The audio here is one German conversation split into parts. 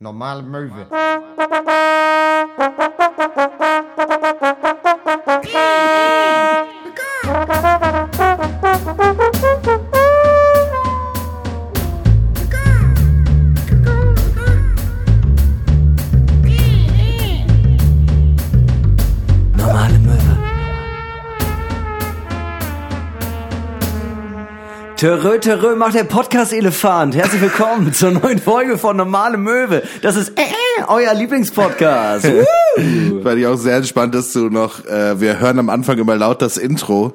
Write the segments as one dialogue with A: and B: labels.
A: Normal Möwe.
B: Normale Möwe. Törö, törö, macht der Podcast-Elefant. Herzlich willkommen zur neuen Folge von Normale Möwe. Das ist äh, äh, euer Lieblingspodcast. Woo!
C: Fand ich auch sehr entspannt, dass du noch, äh, wir hören am Anfang immer laut das Intro,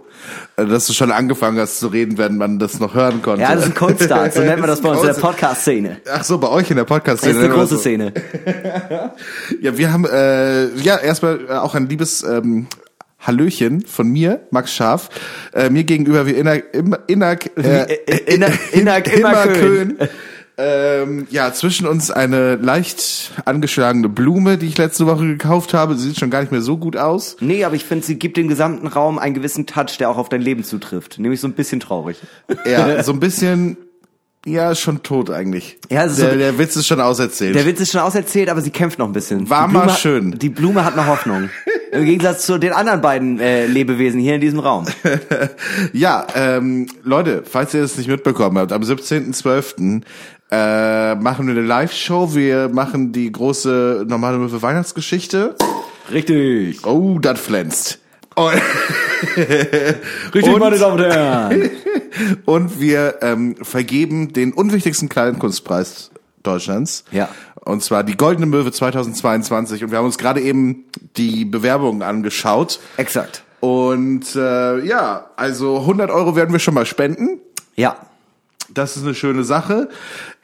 C: äh, dass du schon angefangen hast zu reden, wenn man das noch hören konnte.
B: ja, das ist ein Kultstart. So nennt man das bei uns in der
C: Podcast.
B: Podcast-Szene.
C: Ach so, bei euch in der
B: Das
C: Podcast-Szene.
B: ist eine
C: oder
B: große
C: so.
B: Szene.
C: Ja, wir haben, äh, ja, erstmal äh, auch ein liebes ähm, Hallöchen von mir, Max Scharf. Äh, mir gegenüber wie Inner, immer, Inner, äh,
B: Inner- Inner-
C: immer
B: Immerkön.
C: Köhn. Ähm, ja, zwischen uns eine leicht angeschlagene Blume, die ich letzte Woche gekauft habe. Sie sieht schon gar nicht mehr so gut aus.
B: Nee, aber ich finde, sie gibt dem gesamten Raum einen gewissen Touch, der auch auf dein Leben zutrifft. Nämlich so ein bisschen traurig.
C: Ja, so ein bisschen, ja, schon tot eigentlich.
B: Ja, es ist
C: der,
B: so-
C: der Witz ist schon auserzählt.
B: Der Witz ist schon auserzählt, aber sie kämpft noch ein bisschen.
C: War
B: Die Blume
C: mal
B: hat-
C: schön.
B: Die Blume hat noch Hoffnung. Im Gegensatz zu den anderen beiden äh, Lebewesen hier in diesem Raum.
C: ja, ähm, Leute, falls ihr es nicht mitbekommen habt, am 17.12. Äh, machen wir eine Live-Show. Wir machen die große normale Möwe Weihnachtsgeschichte.
B: Richtig.
C: Oh, das flänzt. Und,
B: Richtig,
C: Und-
B: meine Damen und Herren.
C: und wir ähm, vergeben den unwichtigsten Kleinkunstpreis Deutschlands.
B: Ja.
C: Und zwar die Goldene Möwe 2022. Und wir haben uns gerade eben die Bewerbungen angeschaut.
B: Exakt.
C: Und äh, ja, also 100 Euro werden wir schon mal spenden.
B: Ja.
C: Das ist eine schöne Sache.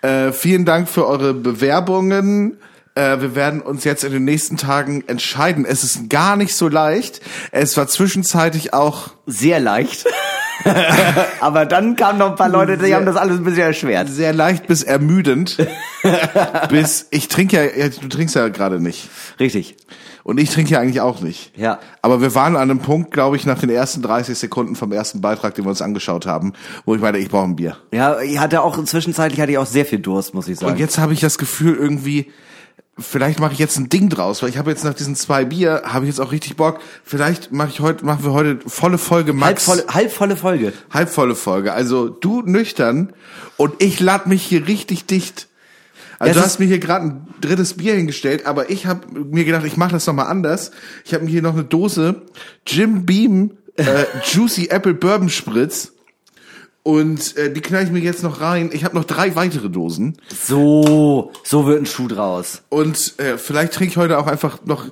C: Äh, vielen Dank für eure Bewerbungen. Äh, wir werden uns jetzt in den nächsten Tagen entscheiden. Es ist gar nicht so leicht. Es war zwischenzeitlich auch
B: Sehr leicht. aber dann kamen noch ein paar Leute, die haben das alles ein bisschen erschwert.
C: sehr leicht bis ermüdend. bis ich trinke ja, ja, du trinkst ja gerade nicht.
B: Richtig.
C: Und ich trinke ja eigentlich auch nicht.
B: Ja.
C: Aber wir waren an einem Punkt, glaube ich, nach den ersten 30 Sekunden vom ersten Beitrag, den wir uns angeschaut haben, wo ich meine, ich brauche ein Bier.
B: Ja, ich hatte auch, zwischenzeitlich hatte ich auch sehr viel Durst, muss ich sagen.
C: Und jetzt habe ich das Gefühl irgendwie, vielleicht mache ich jetzt ein Ding draus, weil ich habe jetzt nach diesen zwei Bier, habe ich jetzt auch richtig Bock. Vielleicht mache ich heute, machen wir heute volle Folge Max.
B: halbvolle, halbvolle Folge.
C: halbvolle Folge. Also du nüchtern und ich lad mich hier richtig dicht. Also
B: Das
C: du
B: ist-
C: hast mir hier gerade ein drittes Bier hingestellt, aber ich habe mir gedacht, ich mache das nochmal anders. Ich habe mir hier noch eine Dose Jim Beam äh, Juicy Apple Bourbon Spritz und äh, die knall ich mir jetzt noch rein. Ich habe noch drei weitere Dosen.
B: So, so wird ein Schuh draus.
C: Und äh, vielleicht trinke ich heute auch einfach noch.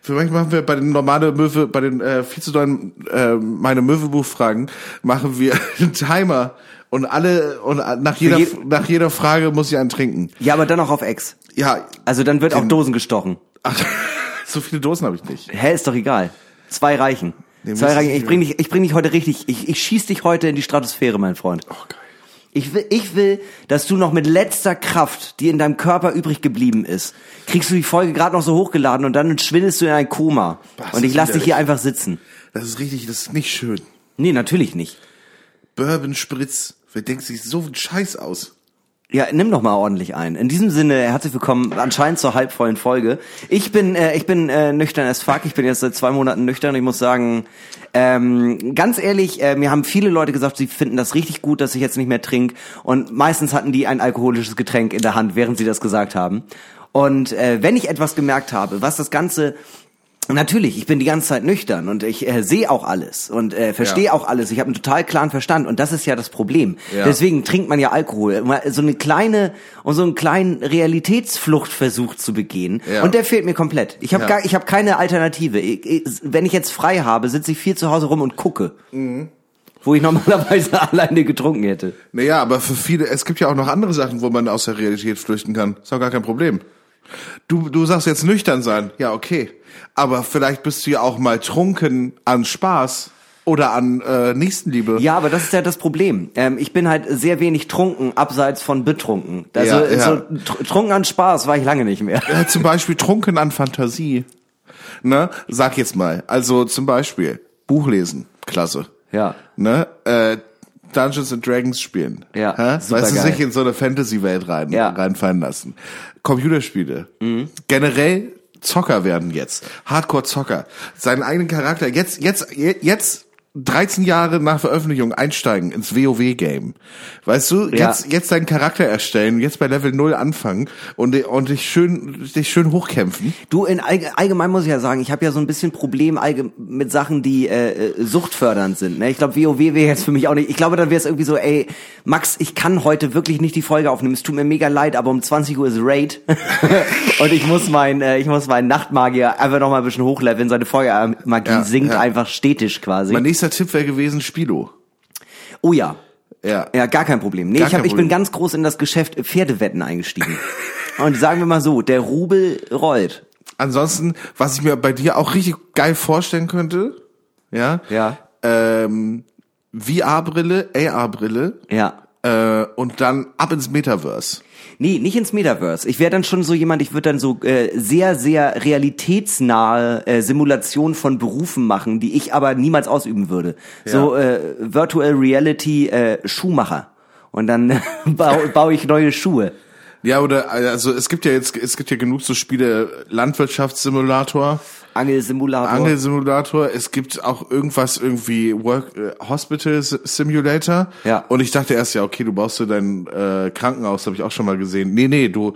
C: Vielleicht machen wir bei den normalen Möwe, bei den äh, viel zu dollen äh, meine Möwebuchfragen, machen wir einen Timer und alle und äh, nach jeder
B: je-
C: nach jeder Frage muss ich einen trinken.
B: Ja, aber dann auch auf Ex.
C: Ja,
B: Also dann wird auch Dosen gestochen.
C: ach, so viele Dosen habe ich nicht.
B: Hä, ist doch egal. Zwei reichen.
C: Nee,
B: Zwei
C: müssen
B: reichen.
C: Sie-
B: Ich bring dich, ich bring dich heute richtig. Ich, ich schieß dich heute in die Stratosphäre, mein Freund.
C: Oh, geil.
B: Ich will, ich will, dass du noch mit letzter Kraft, die in deinem Körper übrig geblieben ist, kriegst du die Folge gerade noch so hochgeladen und dann schwindest du in ein Koma.
C: Was
B: und ich
C: ist
B: lass dich
C: widerlich.
B: hier einfach sitzen.
C: Das ist richtig, das ist nicht schön.
B: Nee, natürlich nicht.
C: Bourbon Spritz, wer denkt sich so einen Scheiß aus?
B: Ja, nimm doch mal ordentlich ein. In diesem Sinne, herzlich willkommen anscheinend zur halbvollen Folge. Ich bin, äh, ich bin äh, nüchtern as fuck. Ich bin jetzt seit zwei Monaten nüchtern. Ich muss sagen, ähm, ganz ehrlich, äh, mir haben viele Leute gesagt, sie finden das richtig gut, dass ich jetzt nicht mehr trinke. Und meistens hatten die ein alkoholisches Getränk in der Hand, während sie das gesagt haben. Und äh, wenn ich etwas gemerkt habe, was das Ganze Natürlich, ich bin die ganze Zeit nüchtern und ich äh, sehe auch alles und äh, verstehe
C: Ja.
B: auch alles. Ich habe einen total klaren Verstand und das ist ja das Problem.
C: Ja.
B: Deswegen trinkt man ja Alkohol, um mal so eine kleine und so einen kleinen Realitätsfluchtversuch zu begehen.
C: Ja.
B: Und der fehlt mir komplett. Ich habe
C: Ja.
B: gar, ich habe keine Alternative. Ich, ich, wenn ich jetzt frei habe, sitze ich viel zu Hause rum und gucke,
C: Mhm.
B: wo ich normalerweise alleine getrunken hätte.
C: Naja, aber für viele, es gibt ja auch noch andere Sachen, wo man aus der Realität flüchten kann. Ist doch gar kein Problem. Du, du sagst jetzt nüchtern sein. Ja, okay. Aber vielleicht bist du ja auch mal trunken an Spaß oder an äh, Nächstenliebe.
B: Ja, aber das ist ja das Problem. Ähm, ich bin halt sehr wenig trunken, abseits von betrunken. Also
C: Ja, ja.
B: so tr- trunken an Spaß war ich lange nicht mehr.
C: Äh, zum Beispiel trunken an Fantasie. Ne? Sag jetzt mal. Also zum Beispiel Buch lesen. Klasse.
B: Ja.
C: Ne? Äh, Dungeons and Dragons spielen.
B: Ja,
C: Hä?
B: supergeil.
C: Weißt du, sich in so eine Fantasy-Welt rein,
B: Ja. Mhm.
C: reinfallen lassen. Computerspiele. Generell Zocker werden jetzt. Hardcore-Zocker. Seinen eigenen Charakter. Jetzt, jetzt, je- jetzt. 13 Jahre nach Veröffentlichung einsteigen ins WoW-Game. Weißt du,
B: Ja.
C: jetzt, jetzt deinen Charakter erstellen, jetzt bei Level 0 anfangen und, und dich schön, dich schön hochkämpfen.
B: Du, in allg- allgemein muss ich ja sagen, ich habe ja so ein bisschen Problem allge- mit Sachen, die äh, äh, suchtfördernd sind. Ne? Ich glaube, WoW wäre jetzt für mich auch nicht. Ich glaube, dann wäre es irgendwie so, ey, Max, ich kann heute wirklich nicht die Folge aufnehmen. Es tut mir mega leid, aber um 20 Uhr ist Raid. Und ich muss mein, äh, ich muss meinen Nachtmagier einfach nochmal ein bisschen hochleveln. Seine Feuermagie
C: Ja,
B: sinkt
C: ja.
B: einfach stetisch quasi.
C: Mein nächster Tipp wäre gewesen, Spilo.
B: oh ja.
C: Ja.
B: Ja, gar kein Problem. Nee,
C: Gar
B: ich, hab,
C: kein
B: ich bin
C: Problem.
B: ganz groß in das Geschäft Pferdewetten eingestiegen. Und sagen wir mal so, der Rubel rollt.
C: Ansonsten, was ich mir bei dir auch richtig geil vorstellen könnte, ja,
B: Ja.
C: ähm, VR-Brille, AR-Brille
B: Ja.
C: äh, und dann ab ins Metaverse.
B: Nee, nicht ins Metaverse. Ich wäre dann schon so jemand, ich würde dann so äh, sehr, sehr realitätsnahe äh, Simulationen von Berufen machen, die ich aber niemals ausüben würde. So äh, Virtual Reality äh, Schuhmacher. Und dann bau- baue ich neue Schuhe.
C: Ja, oder also es gibt ja jetzt es gibt ja genug so Spiele Landwirtschaftssimulator,
B: Angelsimulator.
C: Angelsimulator, es gibt auch irgendwas irgendwie Work äh, Hospital S- Simulator.
B: Ja.
C: Und ich dachte erst ja, okay, du baust dir dein äh, Krankenhaus, habe ich auch schon mal gesehen. Nee, nee, du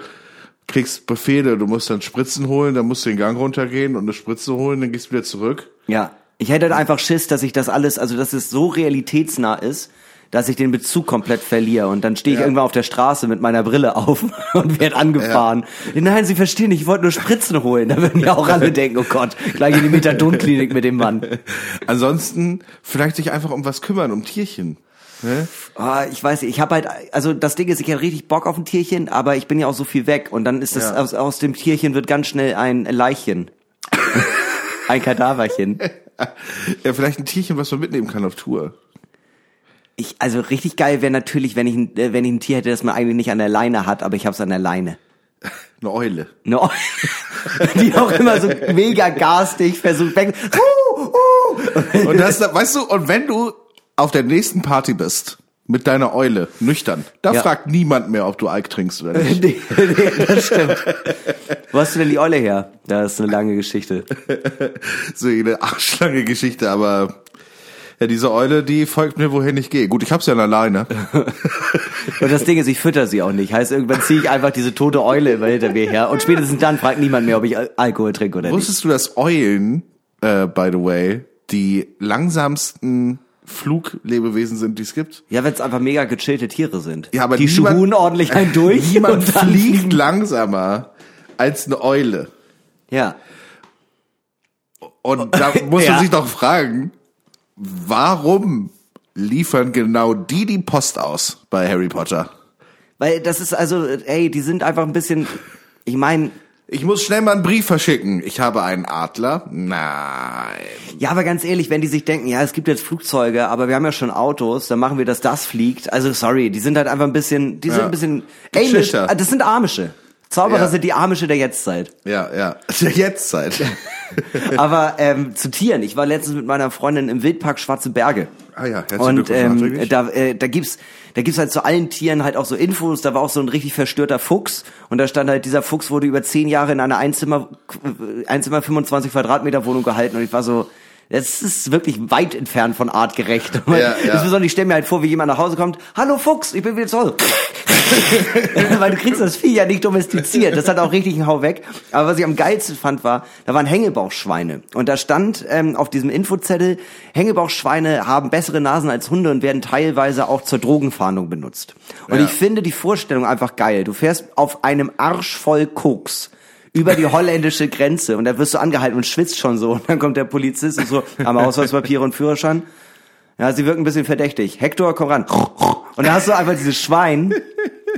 C: kriegst Befehle, du musst dann Spritzen holen, dann musst du den Gang runtergehen und eine Spritze holen, dann gehst du wieder zurück.
B: ja. Ich hätte halt einfach Schiss, dass ich das alles, also dass es so realitätsnah ist, dass ich den Bezug komplett verliere. Und dann stehe ich
C: Ja.
B: irgendwann auf der Straße mit meiner Brille auf und werde angefahren. Nein, Sie verstehen nicht, ich wollte nur Spritzen holen. Da würden ja auch alle denken, oh Gott, gleich in die Methadon-Klinik mit dem Mann.
C: Ansonsten vielleicht dich einfach um was kümmern, um Tierchen.
B: Ah, ich weiß nicht, ich habe halt, also das Ding ist, ich hätte richtig Bock auf ein Tierchen, aber ich bin ja auch so viel weg. Und dann ist das,
C: Ja.
B: aus, aus dem Tierchen wird ganz schnell ein Leichen. ein Kadaverchen.
C: Ja, vielleicht ein Tierchen, was man mitnehmen kann auf Tour.
B: Ich, also richtig geil wäre natürlich, wenn ich, ein- äh, wenn ich ein Tier hätte, das man eigentlich nicht an der Leine hat, aber ich hab's an der Leine.
C: Eine Eule.
B: Ne? Die auch immer so mega garstig versucht weg. Uh, uh.
C: Und das, weißt du, und wenn du auf der nächsten Party bist, mit deiner Eule, nüchtern, da
B: Ja.
C: fragt niemand mehr, ob du Alk trinkst oder nicht.
B: Nee, nee, das stimmt. Wo hast du denn die Eule her? Das ist eine lange Geschichte.
C: So eine arschlange Geschichte, aber ja, diese Eule, die folgt mir, wohin ich gehe. Gut, ich hab's ja alleine.
B: Und das Ding ist, ich fütter sie auch nicht. Heißt, irgendwann ziehe ich einfach diese tote Eule immer hinter mir her. Und spätestens dann fragt niemand mehr, ob ich Al- Alkohol trinke oder nicht.
C: Wusstest du, dass Eulen, äh, by the way, die langsamsten Fluglebewesen sind, die es gibt?
B: Ja, wenn es einfach mega gechillte Tiere sind.
C: Ja, aber
B: die
C: niemand-
B: schuhen ordentlich einen durch
C: Niemand
B: und dann
C: fliegt langsamer als eine Eule.
B: Ja.
C: Und da muss
B: Ja.
C: man sich doch fragen, warum liefern genau die die Post aus bei Harry Potter?
B: Weil das ist also, ey, die sind einfach ein bisschen, ich meine,
C: Ich muss schnell mal einen Brief verschicken. Ich habe einen Adler. Nein.
B: ja, aber ganz ehrlich, wenn die sich denken, ja, es gibt jetzt Flugzeuge, aber wir haben ja schon Autos, dann machen wir, dass das fliegt. Also sorry, die sind halt einfach ein bisschen, die sind
C: Ja.
B: ein bisschen, Amish,
C: Geschichter.
B: Ah, das sind Amische. Zauberer
C: Ja.
B: sind die Amische der Jetztzeit.
C: Ja, ja. Der Jetztzeit.
B: Aber ähm, zu Tieren, ich war letztens mit meiner Freundin im Wildpark Schwarze Berge.
C: Ah ja, herzlichen
B: Und ähm,
C: nachträglich.
B: da, äh, da gibt's da gibt's halt zu allen Tieren halt auch so Infos. Da war auch so ein richtig verstörter Fuchs und da stand halt dieser Fuchs wurde über zehn Jahre in einer Einzimmer Einzimmer 25 Quadratmeter Wohnung gehalten und ich war so das ist wirklich weit entfernt von artgerecht.
C: ja.
B: Insbesondere ich stelle mir halt vor, wie jemand nach Hause kommt, hallo Fuchs, ich bin wieder zu Hause. Weil du kriegst das Vieh ja nicht domestiziert. Das hat auch richtig einen Hau weg. Aber was ich am geilsten fand war, da waren Hängebauchschweine. Und da stand ähm, auf diesem Infozettel, Hängebauchschweine haben bessere Nasen als Hunde und werden teilweise auch zur Drogenfahndung benutzt. Und
C: Ja.
B: ich finde die Vorstellung einfach geil. Du fährst auf einem Arsch voll Koks über die holländische Grenze und da wirst du angehalten und schwitzt schon so. Und dann kommt der Polizist und so, haben Ausweispapiere und Führerschein. Ja, sie wirken ein bisschen verdächtig. Hector, komm ran. Und da hast du einfach dieses Schwein,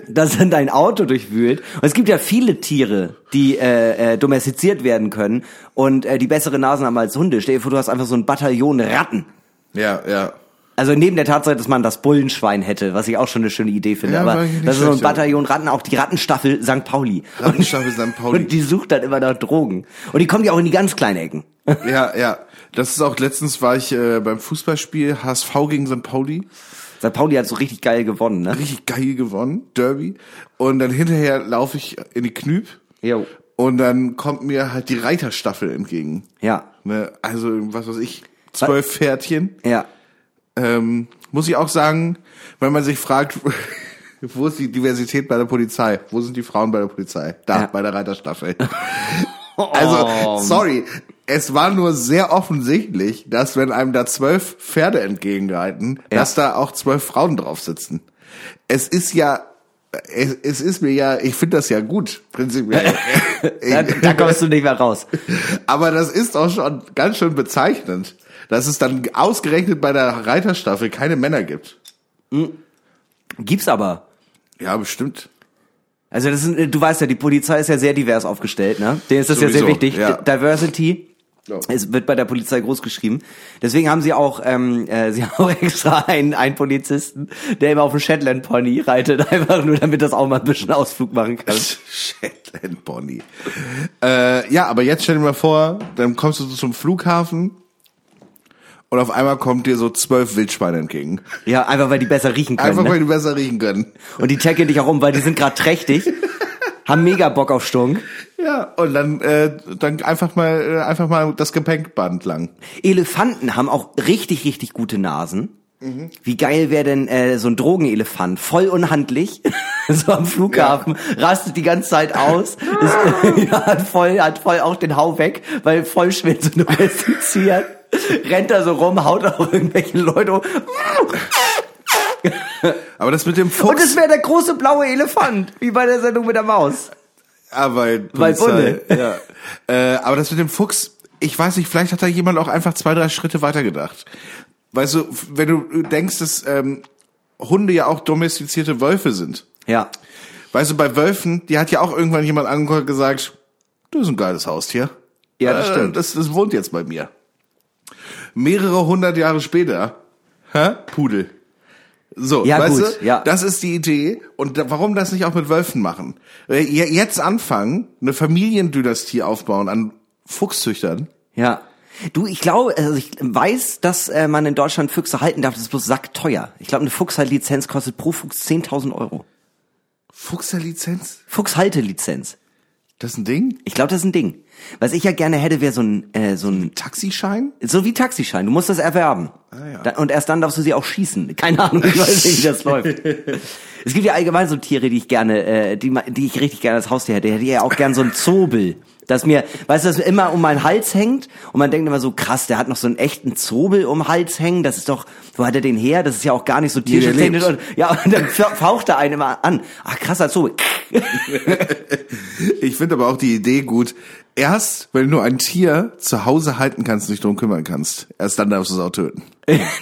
B: das dann dein Auto durchwühlt. Und es gibt ja viele Tiere, die äh, äh, domestiziert werden können und äh, die bessere Nasen haben als Hunde. Stell dir vor, du hast einfach so ein Bataillon Ratten.
C: ja, ja.
B: Also neben der Tatsache, dass man das Bullenschwein hätte, was ich auch schon eine schöne Idee finde,
C: Ja,
B: aber
C: war nicht
B: das ist so ein
C: schlecht, ja.
B: Bataillon Ratten, auch die Rattenstaffel St. Pauli.
C: Rattenstaffel St. Pauli.
B: Und die sucht dann immer nach Drogen. Und die kommen ja auch in die ganz kleinen Ecken.
C: Ja, ja. Das ist auch letztens war ich äh, beim Fußballspiel HSV gegen St. Pauli.
B: St. Pauli hat so richtig geil gewonnen, ne?
C: Richtig geil gewonnen, Derby. Und dann hinterher laufe ich in die Knüp
B: Jo.
C: und dann kommt mir halt die Reiterstaffel entgegen.
B: Ja.
C: Ne? Also, was weiß ich, zwölf Pferdchen.
B: Ja.
C: Ähm, muss ich auch sagen, wenn man sich fragt, wo ist die Diversität bei der Polizei? Wo sind die Frauen bei der Polizei? Da,
B: Ja.
C: bei der Reiterstaffel. Also,
B: Oh.
C: sorry. Es war nur sehr offensichtlich, dass wenn einem da zwölf Pferde entgegenreiten,
B: Ja.
C: dass da auch zwölf Frauen drauf sitzen. Es ist ja, es, es ist mir ja, ich finde das ja gut, prinzipiell.
B: Da, da kommst du nicht mehr raus.
C: Aber das ist auch schon ganz schön bezeichnend, dass es dann ausgerechnet bei der Reiterstaffel keine Männer gibt.
B: Gibt's aber.
C: Ja, bestimmt.
B: Also das sind, du weißt ja, die Polizei ist ja sehr divers aufgestellt, ne? Denen ist das ja sehr
C: Sowieso,
B: wichtig.
C: ja.
B: Diversity.
C: Ja.
B: Es wird bei der Polizei groß geschrieben. Deswegen haben sie auch, ähm, äh, sie haben auch extra einen, einen Polizisten, der immer auf dem Shetland Pony reitet, einfach nur, damit das auch mal ein bisschen Ausflug machen kann.
C: Shetland Pony. Äh, ja, aber jetzt stell dir mal vor, dann kommst du so zum Flughafen und auf einmal kommt dir so zwölf Wildschweine entgegen.
B: Ja, einfach weil die besser riechen können.
C: Einfach
B: ne?
C: weil die besser riechen können.
B: Und die tackeln dich auch um, weil die sind gerade trächtig, haben mega Bock auf Stunk.
C: Ja, und dann, äh, dann einfach mal, äh, einfach mal das Gepäckband lang.
B: Elefanten haben auch richtig, richtig gute Nasen. Wie geil wäre denn äh, so ein Drogenelefant, voll unhandlich, so am Flughafen, rastet die ganze Zeit aus, ist, ja, hat, voll, hat voll auch den Hau weg, weil voll schwer zu domestizieren, rennt da so rum, haut auch irgendwelche Leute um.
C: Aber das mit dem
B: Und
C: Fuchs,
B: es wäre der große blaue Elefant, wie bei der Sendung mit der Maus.
C: ah, weil,
B: Weil
C: Polizei, ja. äh, aber das mit dem Fuchs, ich weiß nicht, vielleicht hat da jemand auch einfach zwei, drei Schritte weitergedacht. Weißt du, wenn du denkst, dass ähm, Hunde ja auch domestizierte Wölfe sind.
B: Ja.
C: Weißt du, bei Wölfen, die hat ja auch irgendwann jemand angeguckt und gesagt, du bist ein geiles Haustier.
B: Ja, das
C: Äh,
B: stimmt.
C: Das, das wohnt jetzt bei mir. Mehrere hundert Jahre später, hä? Pudel. So,
B: Ja,
C: weißt
B: gut,
C: du,
B: ja.
C: das ist die Idee. Und da, warum das nicht auch mit Wölfen machen? Äh, je- Jetzt anfangen, eine Familiendynastie aufbauen an Fuchszüchtern.
B: Ja. Du, ich glaube, also ich weiß, dass äh, man in Deutschland Füchse halten darf, das ist bloß sackteuer. Ich glaube, eine Fuchshaltlizenz kostet pro Fuchs 10.000 Euro.
C: Fuchserlizenz?
B: Fuchshaltelizenz.
C: Das ist ein Ding?
B: Ich glaube, das ist ein Ding. Was ich ja gerne hätte, wäre so ein, äh, so ein,
C: Taxischein?
B: so wie Taxischein. Du musst das erwerben.
C: Ah, ja.
B: Da- Und erst dann darfst du sie auch schießen. Keine Ahnung, ich weiß nicht, wie das läuft. Es gibt ja allgemein so Tiere, die ich gerne, äh, die, ma- die ich richtig gerne als Haustier hätte. Hätte ich ja auch gern so einen Zobel. Dass mir, weißt du, dass mir immer um meinen Hals hängt und man denkt immer so, krass, der hat noch so einen echten Zobel um den Hals hängen. Das ist doch, wo hat er den her? Das ist ja auch gar nicht so
C: der
B: tierschutztechnisch.
C: lebt.
B: und- Ja, und dann fa- faucht er einen immer an. Ach, krasser Zobel.
C: Ich finde aber auch die Idee gut. Erst, wenn du ein Tier zu Hause halten kannst, dich drum kümmern kannst, erst dann darfst du es auch töten.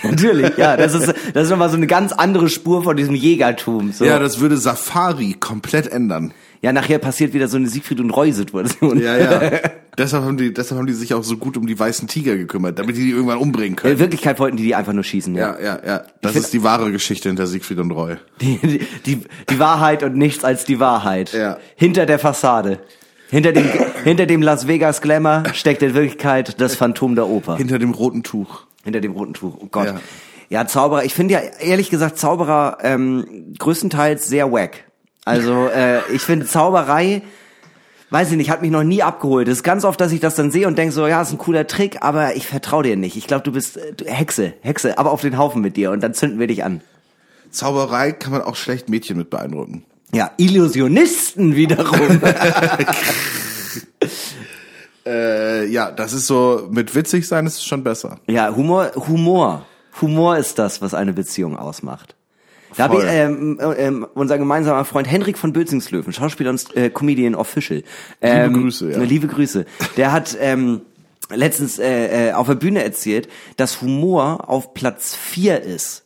B: Natürlich, ja. Das ist, das ist nochmal so eine ganz andere Spur von diesem Jägertum. So.
C: Ja,
B: Ja,
C: das würde Safari komplett ändern.
B: nachher passiert wieder so eine Siegfried und Roy-Situation.
C: ja. deshalb, haben die, deshalb haben die sich auch so gut um die weißen Tiger gekümmert, damit die die irgendwann umbringen
B: In
C: können.
B: Wirklichkeit wollten die die einfach nur schießen, ja.
C: Ja, ja, ja. Das
B: find-
C: ist die wahre Geschichte hinter Siegfried und Roy.
B: Die, die, die, die Wahrheit und nichts als die Wahrheit.
C: Ja.
B: Hinter der Fassade. Hinter dem, hinter dem Las Vegas Glamour steckt in Wirklichkeit das Phantom der Oper.
C: Hinter dem roten Tuch.
B: Hinter dem roten Tuch. Oh Gott. Ja,
C: Ja.
B: Zauberer. Ich finde ja ehrlich gesagt Zauberer ähm, größtenteils sehr wack. Also äh, ich finde Zauberei, weiß ich nicht, hat mich noch nie abgeholt. Es ist ganz oft, dass ich das dann sehe und denke so, ja, ist ein cooler Trick, aber ich vertraue dir nicht. Ich glaube, du bist äh, du, Hexe, Hexe, aber auf den Haufen mit dir und dann zünden wir dich an.
C: Zauberei kann man auch schlecht Mädchen mit beeindrucken.
B: Ja, Illusionisten wiederum.
C: Äh, ja, das ist so, mit witzig sein ist es schon besser.
B: Ja, Humor, Humor. Humor ist das, was eine Beziehung ausmacht. Da habe ich
C: Voll.
B: ähm, ähm, unser gemeinsamer Freund Henrik von Bözingslöwen, Schauspieler und äh, Comedian Official. Ähm,
C: Grüße, ja.
B: Liebe Grüße. Der hat ähm, letztens äh, äh, auf der Bühne erzählt, dass Humor auf Platz vier ist.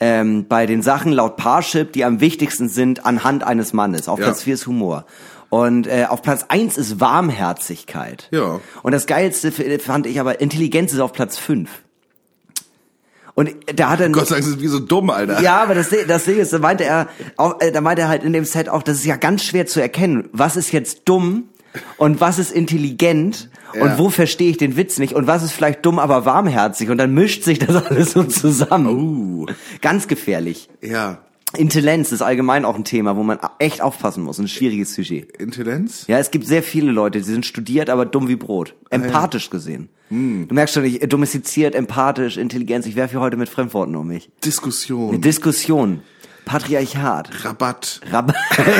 B: Ähm, bei den Sachen laut Parship, die am wichtigsten sind anhand eines Mannes. Auf
C: Ja.
B: Platz vier ist Humor. Und äh, auf Platz eins ist Warmherzigkeit.
C: Ja.
B: Und das Geilste f- fand ich aber, Intelligenz ist auf Platz 5. Und da hat er...
C: Oh Gott sei Dank sind wir so dumm, Alter.
B: ja, aber das, Ding- das Ding ist, da meinte er, auch, äh, da meinte er halt in dem Set auch, das ist ja ganz schwer zu erkennen, was ist jetzt dumm und was ist intelligent und
C: Ja.
B: wo verstehe ich den Witz nicht und was ist vielleicht dumm, aber warmherzig und dann mischt sich das alles so
C: Oh.
B: zusammen. Ganz gefährlich.
C: Ja.
B: Intelligenz ist allgemein auch ein Thema, wo man echt aufpassen muss. Ein schwieriges Sujet.
C: Intellenz?
B: Ja, es gibt sehr viele Leute, die sind studiert, aber dumm wie Brot. Empathisch gesehen. Du merkst schon, ich äh, domestiziert, empathisch, Intelligenz. Ich werfe hier heute mit Fremdworten um mich.
C: Diskussion.
B: Diskussion. Patriarchat.
C: Rabatt.
B: Rab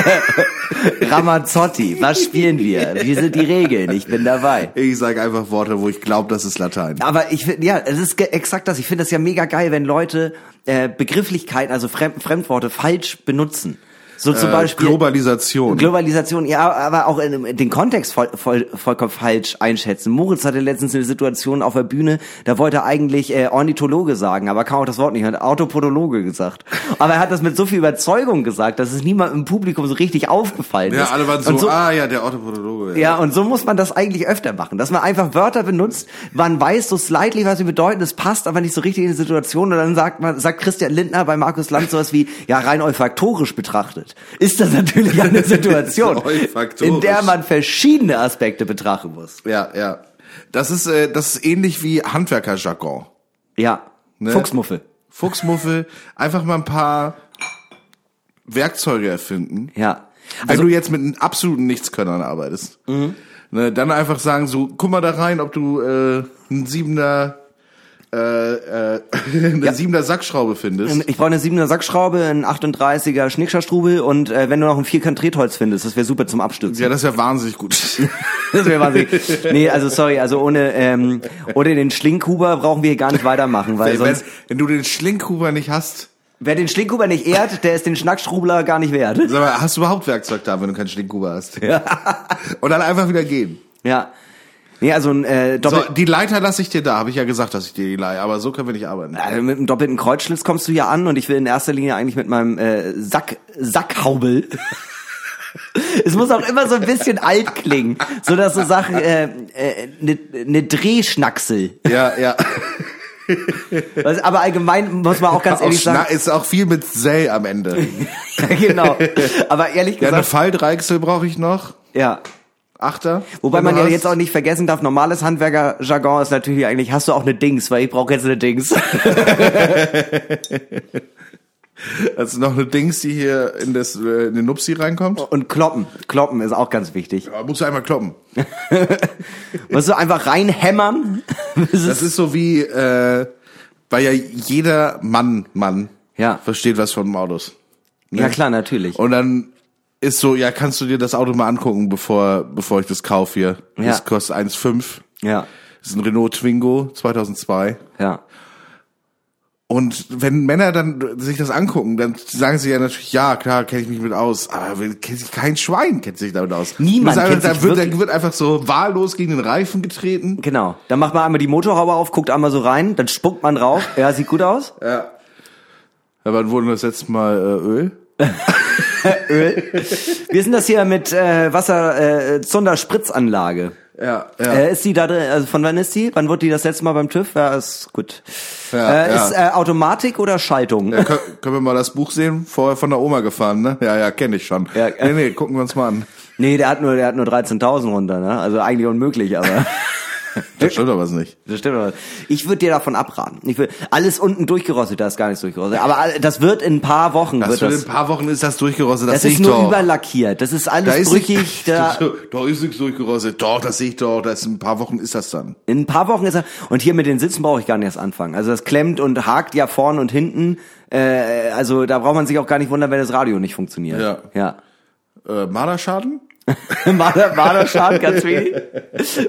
B: Ramazzotti. Was spielen wir? Wie sind die Regeln? Ich bin dabei.
C: Ich sage einfach Worte, wo ich glaube, das ist Latein.
B: Aber ich finde, ja, es ist ge- exakt das. Ich finde das ja mega geil, wenn Leute äh, Begrifflichkeiten, also Fremd Fremdworte, falsch benutzen. So zum Beispiel.
C: Äh, Globalisation.
B: Globalisation, ja, aber auch in, in den Kontext voll, voll, vollkommen falsch einschätzen. Moritz hatte letztens eine Situation auf der Bühne, da wollte er eigentlich äh, Ornithologe sagen, aber kam auch das Wort nicht, hat Autopodologe gesagt. Aber er hat das mit so viel Überzeugung gesagt, dass es niemandem im Publikum so richtig aufgefallen ist.
C: ja, alle waren so,
B: Und so
C: ah ja, der Autopodologe.
B: ja, und so muss man das eigentlich öfter machen, dass man einfach Wörter benutzt, man weiß so slightly, was sie bedeuten, es passt aber nicht so richtig in die Situation und dann sagt man, sagt Christian Lindner bei Markus Land sowas wie, ja, rein olfaktorisch betrachtet, ist das natürlich eine Situation,
C: Olfaktorisch.
B: in der man verschiedene Aspekte betrachten muss.
C: Ja, ja. Das ist, äh, das ist ähnlich wie Handwerkerjargon.
B: Ja, Fuchsmuffel.
C: Fuchsmuffel, einfach mal ein paar Werkzeuge erfinden.
B: Ja.
C: Wenn
B: Also, Mhm.
C: du jetzt mit einem absoluten Nichtskönnern arbeitest. Ne, dann einfach sagen so, guck mal da rein, ob du äh, einen Siebener äh, äh, eine Siebener Sackschraube findest.
B: Also, ich brauche eine 7er Sackschraube, einen 38er Schnickscherstrubel und äh, wenn du noch ein 4 Kant Tretholz findest, das wäre super zum Abstürzen.
C: Ja, das wäre wahnsinnig gut.
B: Das wäre wahnsinnig. Nee, also sorry, also ohne, ähm, ohne den Schlinkhuber brauchen wir hier gar nicht weitermachen, weil
C: Ey, wenn,
B: sonst,
C: wenn du den Schlinkhuber nicht hast,
B: wer den Schlinkhuber nicht ehrt, der ist den Schnackstrubler gar nicht wert.
C: sag mal, hast du überhaupt Werkzeug da, wenn du keinen Schlinkhuber hast? Und dann einfach wieder gehen.
B: Ja. Nee, also ein äh,
C: So,
B: doppel,
C: die Leiter lasse ich dir da, habe ich ja gesagt, dass ich dir die leihe, aber so können wir nicht arbeiten.
B: also mit einem doppelten Kreuzschlitz kommst du hier an und ich will in erster Linie eigentlich mit meinem äh, Sack, Sackhaubel. Es muss auch immer so ein bisschen alt klingen, so dass du sagst, äh, äh, ne, ne Drehschnacksel.
C: Ja, ja.
B: Was- Aber allgemein muss man auch ganz
C: Auch
B: ehrlich
C: Schna
B: sagen,
C: ist auch viel mit Sell am Ende.
B: ja, ne? genau. Aber ehrlich
C: Ja, eine
B: gesagt,
C: Falldreichsel brauche ich noch.
B: ja.
C: Achter.
B: Wobei
C: Und
B: man
C: du
B: ja
C: hast-
B: jetzt auch nicht vergessen darf, normales Handwerkerjargon ist natürlich eigentlich, hast du auch eine Dings, weil ich brauche jetzt eine Dings.
C: Das ist noch eine Dings, die hier in, das, äh, in den Nupsi reinkommt.
B: Und kloppen. Kloppen ist auch ganz wichtig.
C: Da musst du einmal kloppen.
B: Musst du einfach reinhämmern. Das ist-
C: Das ist so wie, äh, weil ja jeder Mann, Mann,
B: Ja.
C: versteht was von Autos.
B: ja klar, natürlich.
C: Und dann ist so, ja, kannst du dir das Auto mal angucken, bevor, bevor ich das kaufe hier.
B: Ja.
C: Das kostet 1,5.
B: Ja,
C: Das ist ein Renault Twingo 2002.
B: ja.
C: Und wenn Männer dann sich das angucken, dann sagen sie ja natürlich, ja, klar, kenne ich mich mit aus. Aber wer- kennt sich kein Schwein kennt sich damit aus.
B: Niemand
C: Das ist
B: kennt
C: einfach,
B: sich
C: da, wird,
B: wirklich-
C: da wird einfach so wahllos gegen den Reifen getreten.
B: Genau. Dann macht man einmal die Motorhaube auf, guckt einmal so rein, dann spuckt man drauf. Ja, sieht gut aus.
C: Ja, wann wurde das letzte Mal äh, Öl?
B: Wir sind das hier mit äh, Wasser äh, Zunder Spritzanlage.
C: Ja, ja.
B: Äh, ist die da drin, also von wann ist die? Wann wurde die das letzte Mal beim TÜV? Ja, ist gut.
C: Ja,
B: äh,
C: ja.
B: Ist äh, Automatik oder Schaltung?
C: ja können, können wir mal das Buch sehen? Vorher von der Oma gefahren, ne? Ja, ja, kenne ich schon.
B: Ja. äh,
C: nee, nee, gucken wir uns mal an.
B: Nee, der hat nur, der hat nur 13.000 runter, ne? Also eigentlich unmöglich, aber
C: Das stimmt doch was nicht.
B: das stimmt aber. Ich würde dir davon abraten. Ich will alles unten durchgerostet, da ist gar nichts durchgerostet. Aber all- das wird in ein paar Wochen
C: Das
B: wird
C: für ein
B: das.
C: paar Wochen ist das durchgerostet, das,
B: Das
C: sehe
B: ist
C: ich
B: nur
C: doch.
B: überlackiert. Das ist alles
C: da ist
B: brüchig. Da,
C: da ist nichts durchgerostet. Doch, das sehe ich doch. Das ist, in ein paar Wochen ist das dann.
B: in ein paar Wochen ist er. Und hier mit den Sitzen brauche ich gar nicht erst anfangen. Also das klemmt und hakt ja vorn und hinten. Äh, also da braucht man sich auch gar nicht wundern, wenn das Radio nicht funktioniert.
C: Ja.
B: Ja.
C: Äh, Marderschaden?
B: War da, war da Schaden, ganz wenig?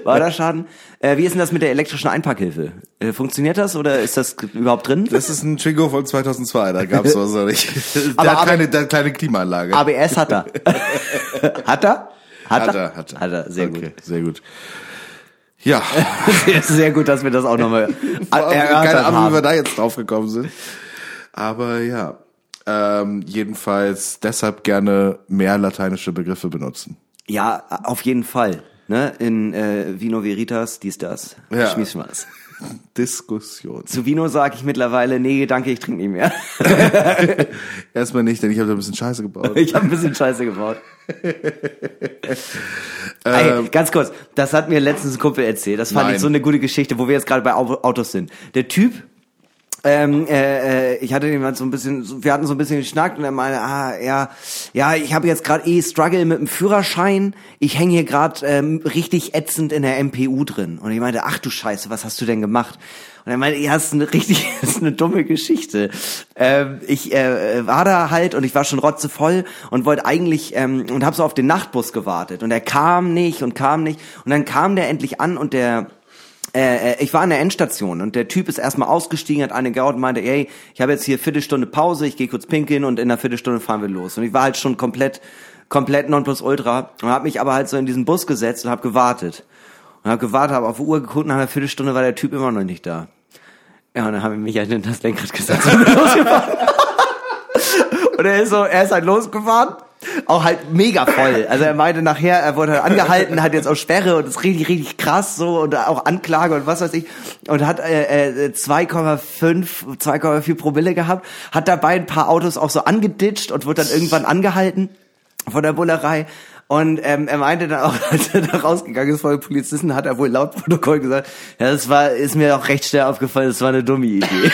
B: War da Schaden? Äh, wie ist denn das mit der elektrischen Einparkhilfe? Äh, funktioniert das oder ist das überhaupt drin?
C: Das ist ein Twingo von 2002, da gab's was noch nicht. Da
B: Aber-
C: hat keine, da hat keine Klimaanlage.
B: ABS hat er. hat er? Hat er?
C: hat er.
B: Hat er, sehr gut.
C: Sehr gut. Ja,
B: Sehr- sehr gut, dass wir das auch nochmal
C: keine
B: erörtert
C: Ahnung, wie wir
B: haben.
C: da jetzt drauf gekommen sind. Aber ja, ähm, jedenfalls deshalb gerne mehr lateinische Begriffe benutzen.
B: Ja, auf jeden Fall. Ne? In äh, Vino Veritas, dies, das.
C: Ja.
B: Schmiss Schmaß.
C: Diskussion.
B: Zu Vino sage ich mittlerweile, nee, danke, ich trinke nicht mehr.
C: Erstmal nicht, denn ich habe da ein bisschen Scheiße gebaut.
B: Ich habe ein bisschen Scheiße gebaut. Ey, ganz kurz, das hat mir letztens ein Kumpel erzählt. Das fand
C: Ähm. Nein.
B: ich so eine gute Geschichte, wo wir jetzt gerade bei Au- Autos sind. Der Typ, ähm, äh, äh, ich hatte den mal so ein bisschen, so- wir hatten so ein bisschen geschnackt und er meinte, ah, ja, ja, ich habe jetzt gerade eh Struggle mit dem Führerschein. Ich hänge hier gerade ähm, richtig ätzend in der MPU drin. Und ich meinte, ach du Scheiße, was hast du denn gemacht? Und er meinte, ja, das ist eine richtig, das ist eine dumme Geschichte. Ähm, ich äh, war da halt und ich war schon rotzevoll und wollte eigentlich ähm, und habe so auf den Nachtbus gewartet und er kam nicht und kam nicht und dann kam der endlich an und der äh, äh, ich war an der Endstation und der Typ ist erstmal ausgestiegen, hat eine gehauen und meinte, ey, ich habe jetzt hier Viertelstunde Pause, ich gehe kurz pinkeln und in einer Viertelstunde fahren wir los. Und ich war halt schon komplett, komplett nonplusultra und habe mich aber halt so in diesen Bus gesetzt und habe gewartet. Und habe gewartet, habe auf die Uhr geguckt, nach einer Viertelstunde war der Typ immer noch nicht da. Ja, und dann habe ich mich halt in das Lenkrad gesetzt und bin losgefahren. und er ist so, er ist halt losgefahren. Auch halt mega voll. Also er meinte nachher, er wurde halt angehalten, hat jetzt auch Sperre und ist richtig, richtig krass so und auch Anklage und was weiß ich. Und hat äh, äh, 2,5, 2,4 Promille gehabt, hat dabei ein paar Autos auch so angeditscht und wurde dann irgendwann angehalten von der Bullerei. Und ähm, er meinte dann auch, als er da rausgegangen ist vor den Polizisten, hat er wohl laut Protokoll gesagt, ja, das war, ist mir auch recht schnell aufgefallen, das war eine dumme Idee.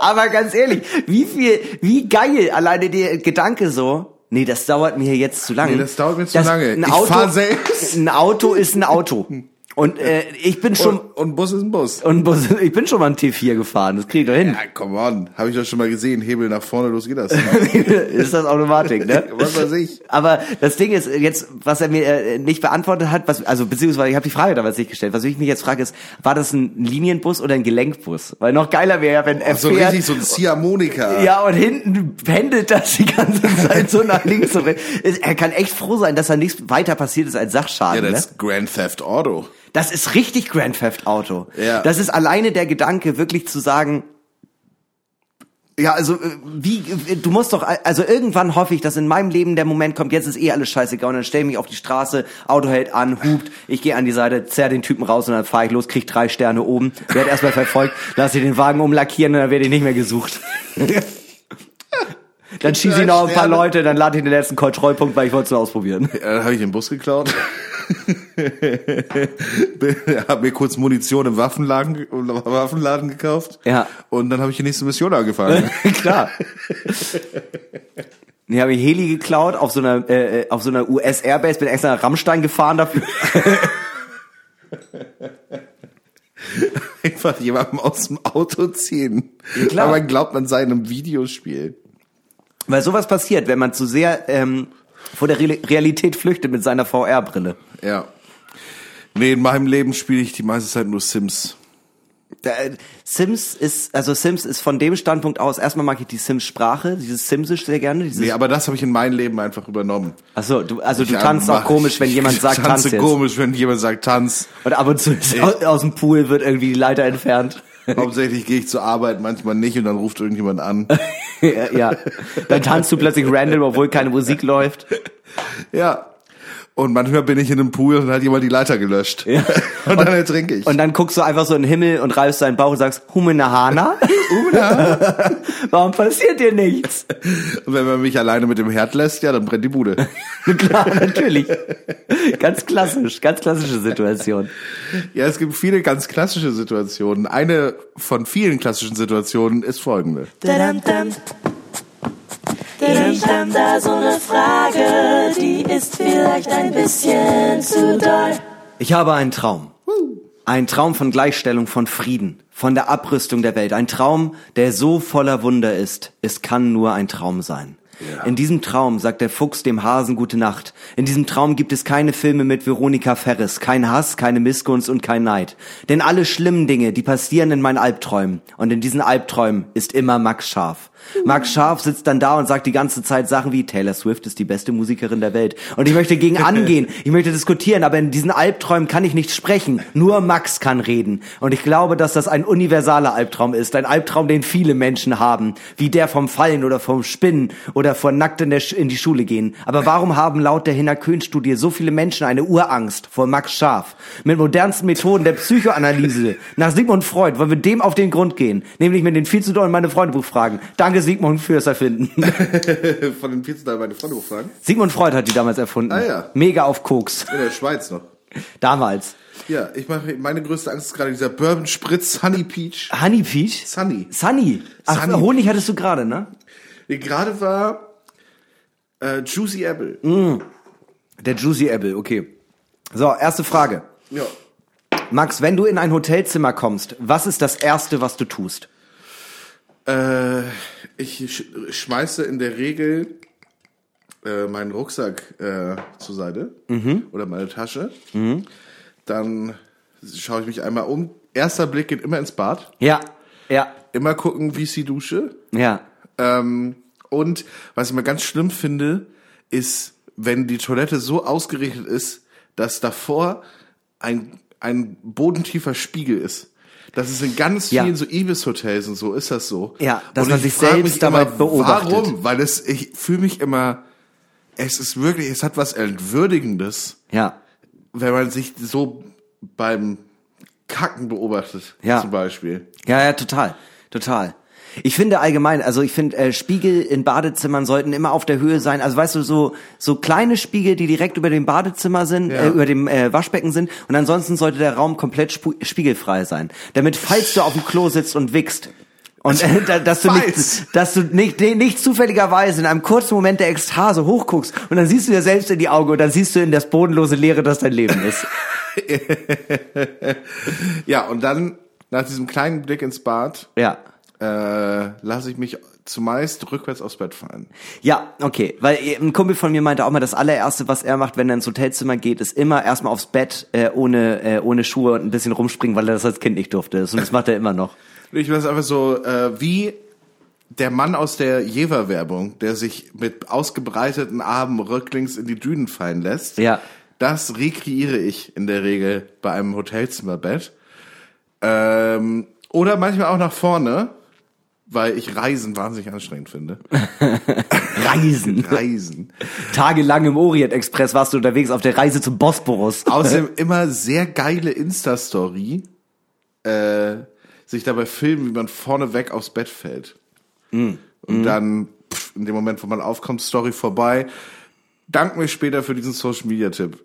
B: Aber ganz ehrlich, wie viel, wie geil alleine der Gedanke so, nee, das dauert mir jetzt zu lange.
C: Nee, das dauert mir zu lange.
B: Ein
C: Ich
B: Auto,
C: fahr selbst.
B: Ein Auto ist ein Auto. Und äh, ich bin schon,
C: Und, und Bus ist ein Bus.
B: und, Bus- ich bin schon mal ein T4 gefahren, das krieg ich doch hin.
C: Ja, come on. Habe ich doch schon mal gesehen. Hebel nach vorne, los geht das.
B: ist das Automatik, ne?
C: Was weiß ich.
B: Aber das Ding ist jetzt, was er mir äh, nicht beantwortet hat, was, also beziehungsweise ich habe die Frage damals nicht gestellt. Was ich mich jetzt frage ist, war das ein Linienbus oder ein Gelenkbus? Weil noch geiler wäre ja, wenn er
C: So
B: fährt,
C: richtig so ein Siamonika.
B: ja, und hinten pendelt das die ganze Zeit so nach links und rechts. Ist- Er kann echt froh sein, dass da nichts weiter passiert ist als
C: Ja,
B: Sachschaden.
C: das
B: das, ne?
C: ist Grand Theft Auto.
B: das ist richtig Grand Theft Auto.
C: Ja.
B: Das ist alleine der Gedanke, wirklich zu sagen, ja, also äh, wie, äh, du musst doch, also irgendwann hoffe ich, dass in meinem Leben der Moment kommt, jetzt ist eh alles scheißegal und dann stell ich mich auf die Straße, Auto hält an, hupt, ich gehe an die Seite, zerr den Typen raus und dann fahre ich los, krieg drei Sterne oben, werd erstmal verfolgt, lass ich den Wagen umlackieren und dann werde ich nicht mehr gesucht. Dann schieße ich noch ein paar
C: Sterne.
B: Leute, dann lade ich den letzten Kontrollpunkt, weil ich wollte es nur ausprobieren.
C: Ja, dann habe Äh, ich den Bus geklaut. habe mir kurz Munition im Waffenladen, Waffenladen gekauft.
B: Ja.
C: Und dann habe ich die nächste Mission angefangen.
B: Klar. Nee, habe ich Heli geklaut auf so einer äh, auf so einer US Airbase, bin extra nach Rammstein gefahren dafür.
C: Einfach jemanden aus dem Auto ziehen.
B: klar.
C: Aber glaubt man seinem Videospiel.
B: Weil sowas passiert, wenn man zu sehr ähm, vor der Re Realität flüchtet mit seiner VR-Brille.
C: Ja. Nee, in meinem Leben spiele ich die meiste Zeit nur Sims.
B: äh, Sims ist, also Sims ist von dem Standpunkt aus, erstmal mag ich die Sims-Sprache, dieses Simsisch sehr gerne. Dieses,
C: Nee, aber das habe ich in mein Leben einfach übernommen.
B: achso, du, also du
C: Ja,
B: tanzt auch
C: mach-
B: komisch, wenn jemand
C: ich
B: sagt, tanz
C: tanze
B: jetzt.
C: komisch, wenn jemand sagt, tanz.
B: Und ab und zu ist
C: Nee.
B: aus, aus dem Pool wird irgendwie die Leiter entfernt.
C: Hauptsächlich gehe ich zur Arbeit, manchmal nicht und dann ruft irgendjemand an.
B: ja. Dann tanzt du plötzlich random, obwohl keine Musik läuft.
C: Ja. Und manchmal bin ich in einem Pool und hat jemand die Leiter gelöscht.
B: Ja.
C: Und dann ertrinke ich.
B: Und dann guckst du einfach so in den Himmel und reibst deinen Bauch und sagst, Humenahana? Warum passiert dir nichts?
C: Und wenn man mich alleine mit dem Herd lässt, ja, dann brennt die Bude.
B: Klar, natürlich. Ganz klassisch, ganz klassische Situation.
C: ja, es gibt viele ganz klassische Situationen. Eine von vielen klassischen Situationen ist folgende.
A: Ich hab da so eine Frage, die ist vielleicht ein bisschen zu doll.
B: Ich habe einen Traum. Ein Traum von Gleichstellung, von Frieden, von der Abrüstung der Welt. Ein Traum, der so voller Wunder ist, es kann nur ein Traum sein. In diesem Traum sagt der Fuchs dem Hasen gute Nacht. In diesem Traum gibt es keine Filme mit Veronika Ferris, kein Hass, keine Missgunst und kein Neid. Denn alle schlimmen Dinge, die passieren in meinen Albträumen. Und in diesen Albträumen ist immer Max Scharf. Marc Scharf sitzt dann da und sagt die ganze Zeit Sachen wie Taylor Swift ist die beste Musikerin der Welt. Und ich möchte gegen angehen, ich möchte diskutieren, aber in diesen Albträumen kann ich nicht sprechen. Nur Max kann reden. Und ich glaube, dass das ein universaler Albtraum ist. Ein Albtraum, den viele Menschen haben. Wie der vom Fallen oder vom Spinnen oder vor nackt in, der Sch in die Schule gehen. Aber warum haben laut der Hinner-Köhn-Studie so viele Menschen eine Urangst vor Max Scharf? Mit modernsten Methoden der Psychoanalyse. Nach Sigmund Freud wollen wir dem auf den Grund gehen. Nämlich mit den viel zu dollen meine Freundebuch fragen. Danke Sigmund fürs Erfinden.
C: Von den 14 Tagen meine Freunde fragen.
B: Sigmund Freud hat die damals erfunden.
C: Ah, ja.
B: Mega auf Koks.
C: In der Schweiz noch.
B: Damals.
C: Ja, ich mache, meine größte Angst ist gerade dieser Bourbon Spritz Honey Peach.
B: Honey Peach?
C: Sunny.
B: Sunny. Ach,
C: Sunny.
B: Honig hattest du gerade, ne?
C: Nee, Gerade war äh, Juicy Apple.
B: Hm? Der Juicy Apple, okay. So, erste Frage.
C: Ja.
B: Max, wenn du in ein Hotelzimmer kommst, was ist das Erste, was du tust?
C: Äh, ich sch schmeiße in der Regel äh, meinen Rucksack äh, zur Seite oder meine Tasche. Dann schaue ich mich einmal um. Erster Blick geht immer ins Bad.
B: Ja, ja,
C: Immer gucken, wie ist die Dusche.
B: ja.
C: Ähm, und was ich mal ganz schlimm finde, ist, wenn die Toilette so ausgerichtet ist, dass davor ein, ein bodentiefer Spiegel ist. Das ist in ganz
B: Ja.
C: vielen so Ibis-Hotels und so ist das so.
B: Ja, dass
C: Und
B: man
C: ich
B: sich
C: frag
B: selbst
C: mich
B: dabei
C: immer,
B: beobachtet.
C: Warum? Weil es, ich fühle mich immer, es ist wirklich, es hat was Entwürdigendes,
B: Ja,
C: wenn man sich so beim Kacken beobachtet,
B: Ja.
C: zum Beispiel.
B: ja, ja, total, total. Ich finde allgemein, also ich finde äh, Spiegel in Badezimmern sollten immer auf der Höhe sein. Also weißt du, so so kleine Spiegel, die direkt über dem Badezimmer sind,
C: Ja.
B: äh, über dem äh, Waschbecken sind. Und ansonsten sollte der Raum komplett spu- spiegelfrei sein, damit falls du auf dem Klo sitzt und wickst und äh, da- dass du
C: Also Falls.
B: nicht, dass du nicht, nicht nicht zufälligerweise in einem kurzen Moment der Ekstase hochguckst und dann siehst du dir selbst in die Augen und dann siehst du in das bodenlose Leere, das dein Leben ist.
C: Ja, und dann nach diesem kleinen Blick ins Bad
B: Ja.
C: äh, lasse ich mich zumeist rückwärts aufs Bett fallen.
B: Ja, okay. Weil äh, ein Kumpel von mir meinte auch mal, das allererste, was er macht, wenn er ins Hotelzimmer geht, ist immer erstmal aufs Bett äh, ohne, äh, ohne Schuhe und ein bisschen rumspringen, weil er das als Kind nicht durfte. Und das macht er immer noch.
C: Ich weiß einfach so, äh, wie der Mann aus der Jever-Werbung, der sich mit ausgebreiteten Armen rücklings in die Dünen fallen lässt.
B: Ja.
C: Das rekreiere ich in der Regel bei einem Hotelzimmerbett. Ähm, oder manchmal auch nach vorne, weil ich Reisen wahnsinnig anstrengend finde.
B: Reisen.
C: Reisen.
B: Tagelang im Orient-Express warst du unterwegs auf der Reise zum Bosporus.
C: Außerdem immer sehr geile Insta-Story, äh, sich dabei filmen, wie man vorneweg aufs Bett fällt.
B: Hm.
C: Und dann, pff, in dem Moment, wo man aufkommt, Story vorbei. Dank mir später für diesen Social-Media-Tipp.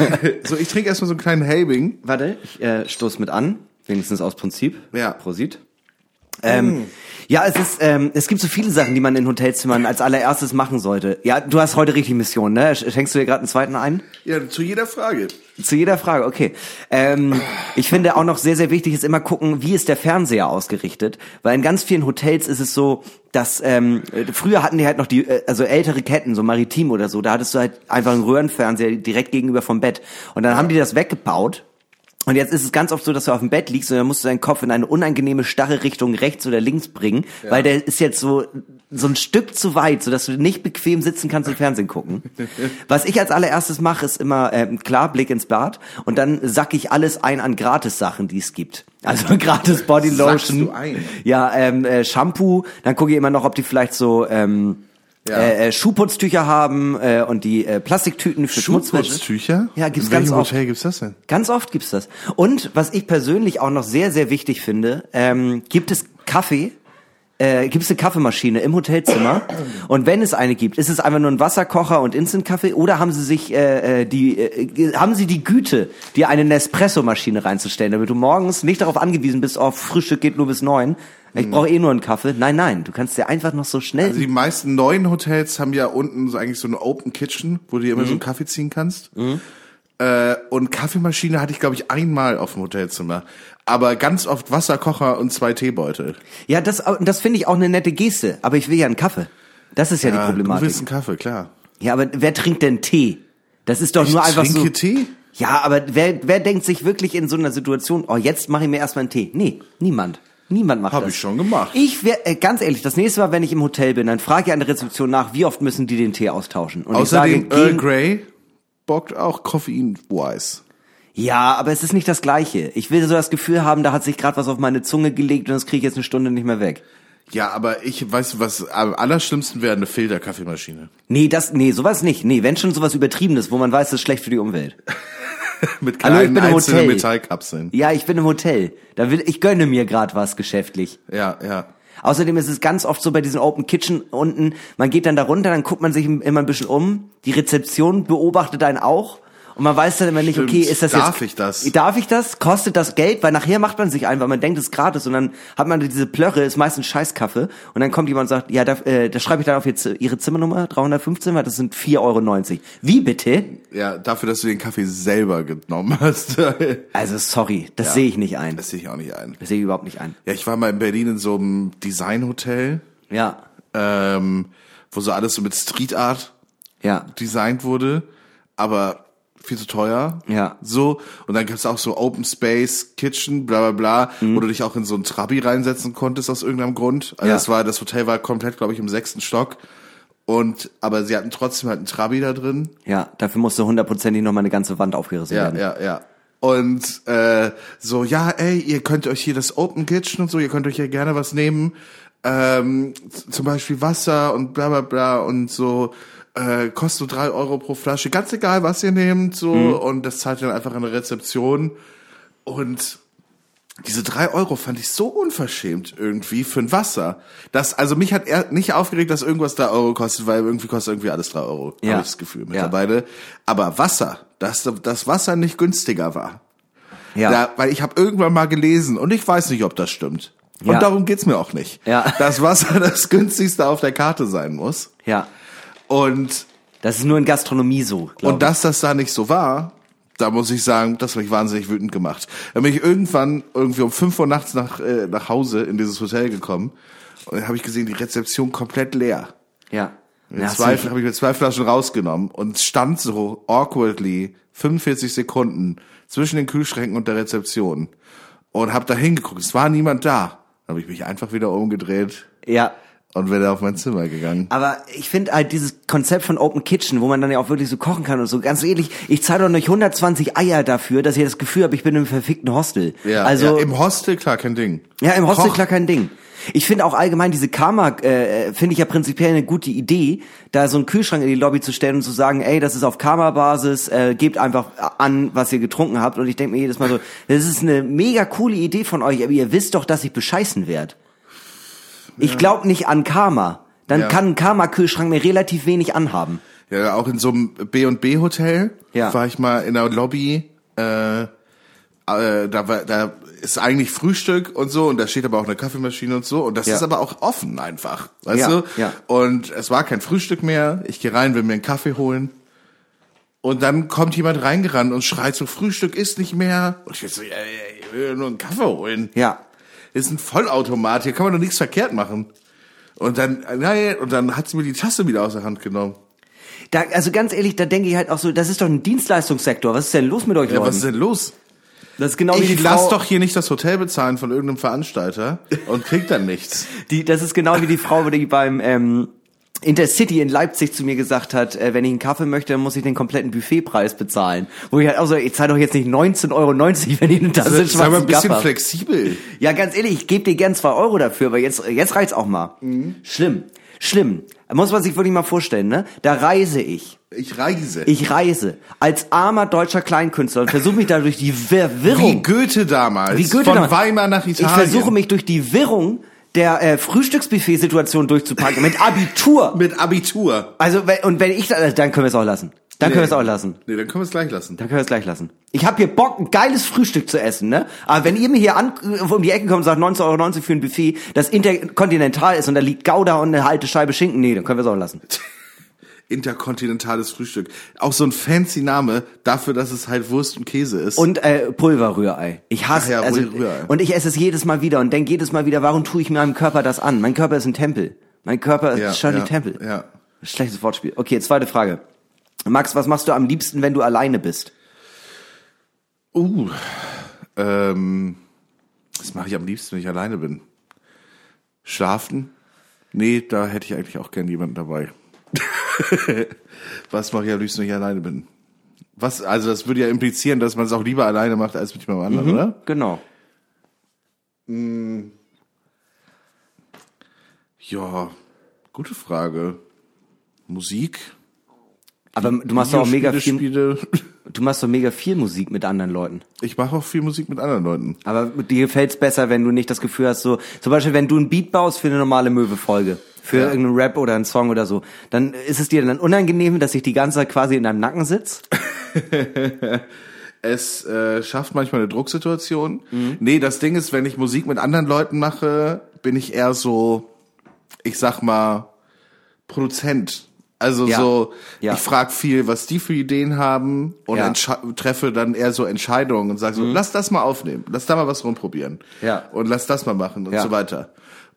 C: so, ich trinke erstmal so einen kleinen Helbing.
B: Warte, ich äh, stoß mit an. Wenigstens aus Prinzip.
C: Ja.
B: Prosit. Ähm, Ja, es ist, ähm, es gibt so viele Sachen, die man in Hotelzimmern als allererstes machen sollte. Ja, du hast heute richtig Mission, ne? Sch- Schenkst du dir gerade einen zweiten ein?
C: Ja, zu jeder Frage.
B: Zu jeder Frage, okay. Ähm, ich finde auch noch sehr, sehr wichtig ist immer gucken, wie ist der Fernseher ausgerichtet. Weil in ganz vielen Hotels ist es so, dass ähm, äh, früher hatten die halt noch die, äh, also ältere Ketten, so maritim oder so, da hattest du halt einfach einen Röhrenfernseher direkt gegenüber vom Bett. Und dann haben die das weggebaut. Und jetzt ist es ganz oft so, dass du auf dem Bett liegst und dann musst du deinen Kopf in eine unangenehme, starre Richtung rechts oder links bringen, weil der ist jetzt so, so ein Stück zu weit, sodass du nicht bequem sitzen kannst und Fernsehen gucken. Was ich als allererstes mache, ist immer, ähm, klar, Blick ins Bad und dann sack ich alles ein an Gratis-Sachen, die es gibt. Also gratis
C: Sackst
B: Bodylotion.
C: du ein?
B: Ja, ähm, äh, Shampoo. Dann gucke ich immer noch, ob die vielleicht so, ähm,
C: Ja.
B: äh, äh, Schuhputztücher haben äh, und die äh, Plastiktüten für Schmutzwäsche.
C: Schuhputztücher?
B: Ja, gibt's
C: in welchem
B: ganz oft.
C: Hotel gibt's das denn?
B: Ganz oft gibt's das. Und was ich persönlich auch noch sehr, sehr wichtig finde, ähm, gibt es Kaffee, äh, gibt es eine Kaffeemaschine im Hotelzimmer? Und wenn es eine gibt, ist es einfach nur ein Wasserkocher und Instant-Kaffee oder haben sie sich äh, äh, die, äh, ge- haben sie die Güte, dir eine Nespresso-Maschine reinzustellen, damit du morgens nicht darauf angewiesen bist, oh, Frühstück geht nur bis neun. Ich brauche eh nur einen Kaffee. Nein, nein, du kannst dir einfach noch so schnell.
C: Also die meisten neuen Hotels haben ja unten so eigentlich so eine Open Kitchen, wo du dir immer so einen Kaffee ziehen kannst. Äh, und Kaffeemaschine hatte ich, glaube ich, einmal auf dem Hotelzimmer. Aber ganz oft Wasserkocher und zwei Teebeutel.
B: ja, das, das finde ich auch eine nette Geste, aber ich will ja einen Kaffee. Das ist ja, die Problematik.
C: Du willst einen Kaffee, klar.
B: Ja, aber wer trinkt denn Tee? Das ist doch Also nur einfach
C: trinke
B: so.
C: Tee?
B: Ja, aber wer, wer denkt sich wirklich in so einer Situation, oh, jetzt mache ich mir erstmal einen Tee? Nee, niemand. Niemand macht
C: Hab
B: das.
C: ich schon gemacht.
B: Ich wär, äh, ganz ehrlich, das nächste Mal, wenn ich im Hotel bin, dann frage ich an der Rezeption nach, wie oft müssen die den Tee austauschen. Und
C: Außerdem
B: ich sage,
C: Earl
B: gegen-
C: Grey bockt auch Koffein-wise.
B: ja, aber es ist nicht das Gleiche. Ich will so das Gefühl haben, da hat sich gerade was auf meine Zunge gelegt und das kriege ich jetzt eine Stunde nicht mehr weg.
C: Ja, aber ich weiß, was am allerschlimmsten wäre eine Filterkaffeemaschine.
B: Nee, das, nee, sowas nicht. Nee, wenn schon sowas Übertriebenes, wo man weiß, das ist schlecht für die Umwelt.
C: Mit
B: Hallo, ich
C: kleinen
B: bin im
C: einzelnen
B: Hotel.
C: Metallkapseln.
B: Ja, ich bin im Hotel. Da will, ich gönne mir gerade was geschäftlich.
C: Ja, ja.
B: Außerdem ist es ganz oft so bei diesen Open Kitchen unten, man geht dann da runter, dann guckt man sich immer ein bisschen um, die Rezeption beobachtet einen auch und man weiß dann immer nicht,
C: Stimmt.
B: okay, ist das
C: Darf
B: jetzt...
C: ich das?
B: Darf ich das? Kostet das Geld? Weil nachher macht man sich ein, weil man denkt, es ist gratis und dann hat man diese Plörre, ist meistens Scheißkaffee und dann kommt jemand und sagt, ja, da, äh, da schreibe ich dann auf jetzt äh, Ihre Zimmernummer 315, weil das sind 4,90 Euro. Wie bitte?
C: Ja, dafür, dass du den Kaffee selber genommen hast. das
B: Also sorry, das sehe ich nicht ein.
C: sehe ich auch nicht ein.
B: Das sehe ich überhaupt nicht ein.
C: Ja, ich war mal in Berlin in so einem Designhotel,
B: Ja,
C: ähm, wo so alles so mit Street Art
B: ja.
C: designt wurde, aber viel zu teuer.
B: Ja.
C: So. Und dann gab's auch so Open Space, Kitchen, bla bla bla, wo du dich auch in so ein Trabi reinsetzen konntest aus irgendeinem Grund. Also
B: Mhm. Ja.
C: das war, das Hotel war komplett, glaube ich, im sechsten Stock. Und, aber sie hatten trotzdem halt einen Trabi da drin.
B: Ja, dafür musste hundertprozentig nochmal eine ganze Wand aufgerissen
C: Ja,
B: werden.
C: ja, ja. Und äh, so, ja, ey, ihr könnt euch hier das Open Kitchen und so, ihr könnt euch ja gerne was nehmen. Ähm, z- zum Beispiel Wasser und bla bla bla und so. Äh, kostet nur drei Euro pro Flasche. Ganz egal, was ihr nehmt, so. Und das zahlt ihr dann einfach in der Rezeption. Und diese drei Euro fand ich so unverschämt irgendwie für ein Wasser. Das, also mich hat er nicht aufgeregt, dass irgendwas drei Euro kostet, weil irgendwie kostet irgendwie alles drei Euro.
B: Ja.
C: Habe ich das Gefühl
B: Ja.
C: mittlerweile. Aber Wasser, dass das Wasser nicht günstiger war.
B: Ja.
C: Da, weil ich habe irgendwann mal gelesen und ich weiß nicht, ob das stimmt. Und
B: Ja.
C: darum geht's mir auch nicht.
B: Ja.
C: Dass Wasser das günstigste auf der Karte sein muss.
B: Ja.
C: Und,
B: Das ist nur in Gastronomie so. glaub
C: und dass das da nicht so war, da muss ich sagen, das hat mich wahnsinnig wütend gemacht. Da bin ich irgendwann irgendwie um 5 Uhr nachts nach, äh, nach Hause in dieses Hotel gekommen und dann habe ich gesehen, die Rezeption komplett leer.
B: ich. Ja.
C: Mit
B: Ja, hast du
C: zwei,
B: nicht-
C: habe ich mir zwei Flaschen rausgenommen und stand so awkwardly 45 Sekunden zwischen den Kühlschränken und der Rezeption und habe da hingeguckt. Es war niemand da. Dann habe ich mich einfach wieder umgedreht
B: ja.
C: und bin auf mein Zimmer gegangen.
B: Aber ich finde halt dieses Konzept von Open Kitchen, wo man dann ja auch wirklich so kochen kann und so, ganz ehrlich, ich zahle doch nicht 120 Eier dafür, dass ich das Gefühl habe, ich bin im verfickten Hostel.
C: Ja,
B: also,
C: ja, im Hostel klar kein Ding.
B: Ja, im Hostel
C: Koch.
B: klar kein Ding. Ich finde auch allgemein diese Karma, äh, äh, finde ich ja prinzipiell eine gute Idee, da so einen Kühlschrank in die Lobby zu stellen und zu sagen, ey, das ist auf Karma-Basis, äh, gebt einfach an, was ihr getrunken habt. Und ich denke mir jedes Mal so, das ist eine mega coole Idee von euch, aber ihr wisst doch, dass ich bescheißen werd. Ich glaub nicht an Karma. Dann
C: Ja.
B: kann ein Karma-Kühlschrank mir relativ wenig anhaben.
C: Ja, auch in so einem B&B Hotel
B: Ja.
C: war ich mal in der Lobby. Äh, äh, da, war, da ist eigentlich Frühstück und so und da steht aber auch eine Kaffeemaschine und so und das
B: Ja.
C: ist aber auch offen einfach, weißt
B: Ja,
C: du?
B: ja.
C: Und es war kein Frühstück mehr. Ich gehe rein, will mir einen Kaffee holen. Und dann kommt jemand reingerannt und schreit so, Frühstück ist nicht mehr. Und ich so, ey, ey, ich will nur einen Kaffee holen.
B: Ja.
C: Ist ein Vollautomat, hier kann man doch nichts verkehrt machen. Und dann, äh, nein, und dann hat sie mir die Tasse wieder aus der Hand genommen.
B: Da, also ganz ehrlich, da denke ich halt auch so, das ist doch ein Dienstleistungssektor. Was ist denn los mit euch
C: Ja,
B: Leuten?
C: was ist denn los?
B: das ist genau wie die
C: Ich lass
B: Frau,
C: doch hier nicht das Hotel bezahlen von irgendeinem Veranstalter und krieg dann nichts.
B: Die, das ist genau wie die Frau, die beim ähm, Intercity in Leipzig zu mir gesagt hat, äh, wenn ich einen Kaffee möchte, dann muss ich den kompletten Buffetpreis bezahlen. Wo ich halt auch so, ich zahle doch jetzt nicht 19,90 Euro, wenn ich eine Tasse
C: Sei mal
B: schwarzen
C: ein bisschen
B: Kaffee habe.
C: flexibel.
B: Ja, ganz ehrlich, ich gebe dir gern 2 Euro dafür, aber jetzt, jetzt reicht's auch mal.
C: Mhm.
B: Schlimm, schlimm. Muss man sich wirklich mal vorstellen, ne? Da reise ich.
C: Ich reise.
B: Ich reise als armer deutscher Kleinkünstler und versuche mich dadurch die Verwirrung
C: Wie Goethe damals.
B: wie Goethe
C: von
B: damals.
C: Weimar nach Italien.
B: Ich versuche mich durch die Wirrung der äh, Frühstücksbuffet-Situation durchzupacken mit Abitur.
C: mit Abitur.
B: Also wenn- und wenn ich da- dann können wir es auch lassen. Dann können wir es auch lassen.
C: Nee, dann können wir es gleich lassen.
B: Dann können wir es gleich lassen. Ich habe hier Bock, ein geiles Frühstück zu essen, ne? Aber wenn ihr mir hier an, um die Ecke kommt und sagt 19,90 Euro für ein Buffet, das interkontinental ist und da liegt Gouda und eine alte Scheibe Schinken, nee, dann können wir es auch lassen.
C: Interkontinentales Frühstück. Auch so ein fancy Name dafür, dass es halt Wurst und Käse ist.
B: Und äh, Pulverrührei. Ich hasse
C: Ach ja,
B: also,
C: Rührei.
B: und ich esse es jedes Mal wieder und denke jedes Mal wieder, warum tue ich meinem Körper das an? Mein Körper ist ein Tempel. Mein Körper ist Shirley
C: ja,
B: Temple.
C: Ja.
B: Schlechtes Wortspiel. Okay, zweite Frage. Max, was machst du am liebsten, wenn du alleine bist?
C: Uh. Ähm, Das mache ich am liebsten, wenn ich alleine bin. Schlafen? Nee, da hätte ich eigentlich auch gern jemanden dabei. Was mache ich am liebsten, wenn ich alleine bin? Was, also das würde ja implizieren, dass man es auch lieber alleine macht als mit jemand anderem, oder?
B: Genau.
C: Ja, gute Frage. Musik?
B: Aber du machst doch auch mega viel,
C: Videospiele, Spiele.
B: du machst doch mega viel Musik mit anderen Leuten.
C: Ich mache auch viel Musik mit anderen Leuten.
B: Aber dir gefällt's besser, wenn du nicht das Gefühl hast, so, zum Beispiel, wenn du ein Beat baust für eine normale Möwe-Folge, für
C: Ja.
B: irgendeinen Rap oder einen Song oder so, dann ist es dir dann unangenehm, dass ich die ganze Zeit quasi in deinem Nacken sitze.
C: es äh, schafft manchmal eine Drucksituation.
B: Mhm.
C: Nee, das Ding ist, wenn ich Musik mit anderen Leuten mache, bin ich eher so, ich sag mal, Produzent. Also
B: Ja.
C: so,
B: Ja.
C: ich frage viel, was die für Ideen haben und
B: Ja. Mhm.
C: entscha- treffe dann eher so Entscheidungen und sage so, lass das mal aufnehmen, lass da mal was rumprobieren
B: Ja.
C: und lass das mal machen und
B: Ja.
C: so weiter.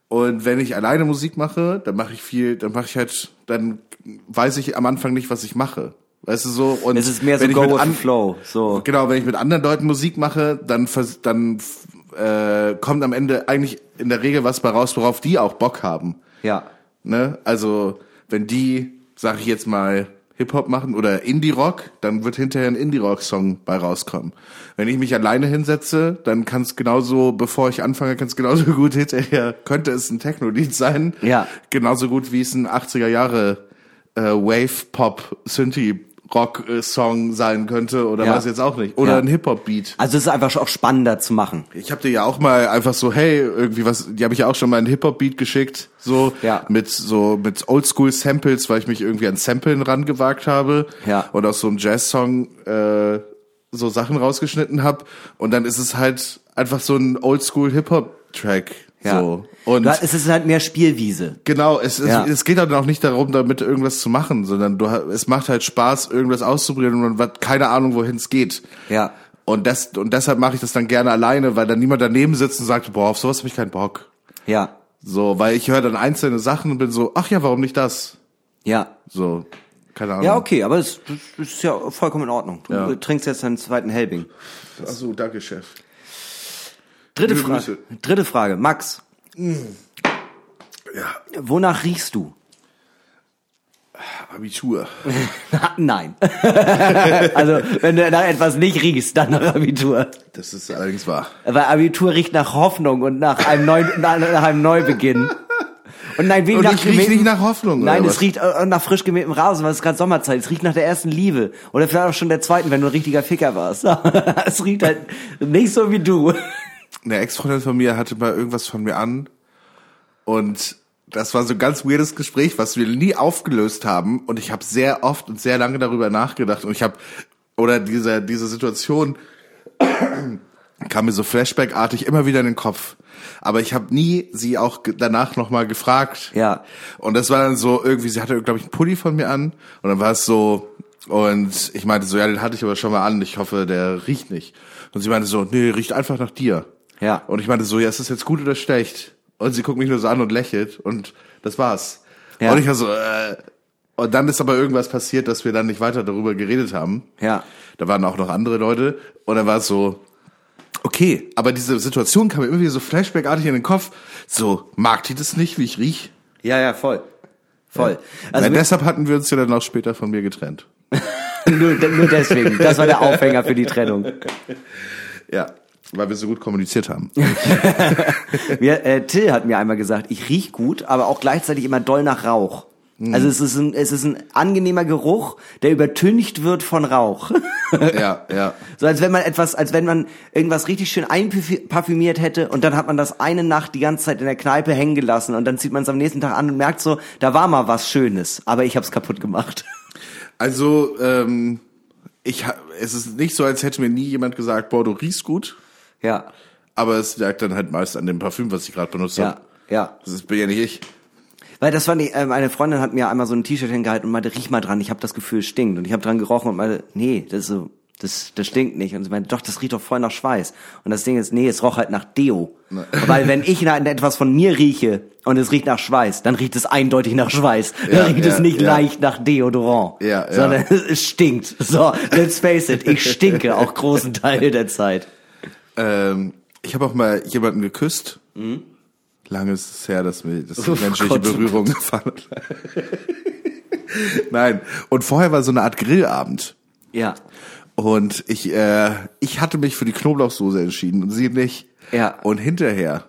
C: Und wenn ich alleine Musik mache, dann mache ich viel, dann mache ich halt, dann weiß ich am Anfang nicht, was ich mache. Weißt du so? Und
B: Es ist mehr so
C: wenn ich
B: Go
C: mit
B: with the
C: an-
B: Flow, so.
C: Genau, wenn ich mit anderen Leuten Musik mache, dann, vers- dann f- äh, kommt am Ende eigentlich in der Regel was bei raus, worauf die auch Bock haben.
B: Ja.
C: Ne? Also, wenn die, sag ich jetzt mal, Hip-Hop machen oder Indie-Rock, dann wird hinterher ein Indie-Rock-Song bei rauskommen. Wenn ich mich alleine hinsetze, dann kann es genauso, bevor ich anfange, kann es genauso gut hinterher, könnte es ein Techno-Lied sein.
B: Ja.
C: Genauso gut wie es ein 80er-Jahre äh, Wave-Pop-Synthie-Rock-Song sein könnte oder
B: Ja.
C: was jetzt auch nicht. Oder
B: Ja.
C: ein Hip-Hop-Beat.
B: Also es ist einfach auch spannender zu machen.
C: Ich habe dir ja auch mal einfach so, hey, irgendwie was, die habe ich ja auch schon mal einen Hip-Hop-Beat geschickt, so
B: Ja.
C: mit so mit Oldschool-Samples, weil ich mich irgendwie an Samplen rangewagt habe
B: Ja.
C: und aus so einem Jazz-Song äh, so Sachen rausgeschnitten habe. Und dann ist es halt einfach so ein Oldschool-Hip-Hop-Track.
B: Ja.
C: So. Und
B: es ist halt mehr Spielwiese.
C: Genau, es, es,
B: Ja.
C: es geht dann auch nicht darum, damit irgendwas zu machen, sondern du, ha- es macht halt Spaß, irgendwas auszuprobieren und man hat keine Ahnung, wohin es geht.
B: Ja.
C: Und, das, und deshalb mache ich das dann gerne alleine, weil dann niemand daneben sitzt und sagt, boah, auf sowas habe ich keinen Bock.
B: Ja.
C: So, weil ich höre dann einzelne Sachen und bin so, ach ja, warum nicht das?
B: Ja.
C: So, keine Ahnung.
B: Ja, okay, aber das, das ist ja vollkommen in Ordnung. Du
C: Ja.
B: trinkst jetzt deinen zweiten Helbing.
C: Achso, danke, Chef.
B: Dritte
C: Liebe
B: Frage. Dritte Frage. Max,
C: Ja,
B: wonach riechst du?
C: Abitur.
B: Nein. also, wenn du nach etwas nicht riechst, dann nach Abitur.
C: Das ist allerdings wahr.
B: Weil Abitur riecht nach Hoffnung und nach einem, Neu nach, nach einem Neubeginn. Und nein, wie
C: Und
B: nach
C: ich riech
B: gemähtem-
C: nicht nach Hoffnung,
B: Nein,
C: oder
B: es
C: was?
B: riecht äh, nach frisch gemähtem Rasen, weil es ist gerade Sommerzeit. Es riecht nach der ersten Liebe. Oder vielleicht auch schon der zweiten, wenn du ein richtiger Ficker warst. es riecht halt nicht so wie du.
C: Eine Ex-Freundin von mir hatte mal irgendwas von mir an und das war so ein ganz weirdes Gespräch, was wir nie aufgelöst haben und ich habe sehr oft und sehr lange darüber nachgedacht und ich habe oder diese diese Situation kam mir so Flashback-artig immer wieder in den Kopf, aber ich habe nie sie auch ge- danach noch mal gefragt.
B: Ja.
C: Und das war dann so irgendwie, sie hatte glaube ich einen Pulli von mir an und dann war es so und ich meinte so, ja, den hatte ich aber schon mal an, ich hoffe, der riecht nicht. Und sie meinte so, nee, riecht einfach nach dir.
B: Ja.
C: Und ich meinte so, ja, ist das jetzt gut oder schlecht? Und sie guckt mich nur so an und lächelt und das war's.
B: Ja.
C: Und ich war so, äh, und dann ist aber irgendwas passiert, dass wir dann nicht weiter darüber geredet haben.
B: Ja.
C: Da waren auch noch andere Leute und dann war es so, okay, aber diese Situation kam mir irgendwie so flashbackartig in den Kopf. So, mag die das nicht, wie ich riech?
B: Ja, ja, voll. Voll.
C: Also
B: Also,
C: deshalb hatten wir uns ja dann auch später von mir getrennt.
B: nur, nur deswegen. Das war der Aufhänger für die Trennung.
C: Ja, weil wir so gut kommuniziert haben.
B: Mir, äh, Till hat mir einmal gesagt, ich riech gut, aber auch gleichzeitig immer doll nach Rauch. Also es ist, ein, es ist ein angenehmer Geruch, der übertüncht wird von Rauch.
C: ja, ja.
B: so als wenn man etwas, als wenn man irgendwas richtig schön einparfümiert hätte und dann hat man das eine Nacht die ganze Zeit in der Kneipe hängen gelassen und dann zieht man es am nächsten Tag an und merkt so, da war mal was Schönes, aber ich hab's kaputt gemacht.
C: Also, ähm, ich, ha- es ist nicht so, als hätte mir nie jemand gesagt, boah, du riechst gut,
B: ja,
C: aber es lag dann halt meist an dem Parfüm, was ich gerade benutzt
B: ja,
C: habe.
B: ja.
C: Das ist, bin ja nicht ich.
B: Weil das fand ich, äh, meine Freundin hat mir einmal so ein T-Shirt hingehalten und meinte, riech mal dran, ich habe das Gefühl, es stinkt. Und ich habe dran gerochen und meinte, nee, das ist so, das, das stinkt nicht. Und sie meinte, doch, das riecht doch voll nach Schweiß. Und das Ding ist, nee, es roch halt nach Deo.
C: Ne.
B: Weil wenn ich nach etwas von mir rieche und es riecht nach Schweiß, dann riecht es eindeutig nach Schweiß. Dann
C: Ja,
B: riecht es
C: ja,
B: nicht
C: ja.
B: leicht nach Deodorant.
C: Ja, ja.
B: Sondern es stinkt. So, let's face it, ich stinke auch großen Teil der Zeit.
C: Ähm, Ich habe auch mal jemanden geküsst. Lange ist es her, dass mir dass die
B: Mhm. Oh
C: menschliche
B: Gott.
C: Berührung gefallen hat. Nein. Und vorher war so eine Art Grillabend.
B: Ja.
C: Und ich, äh, ich hatte mich für die Knoblauchsoße entschieden und sie nicht.
B: Ja.
C: Und hinterher,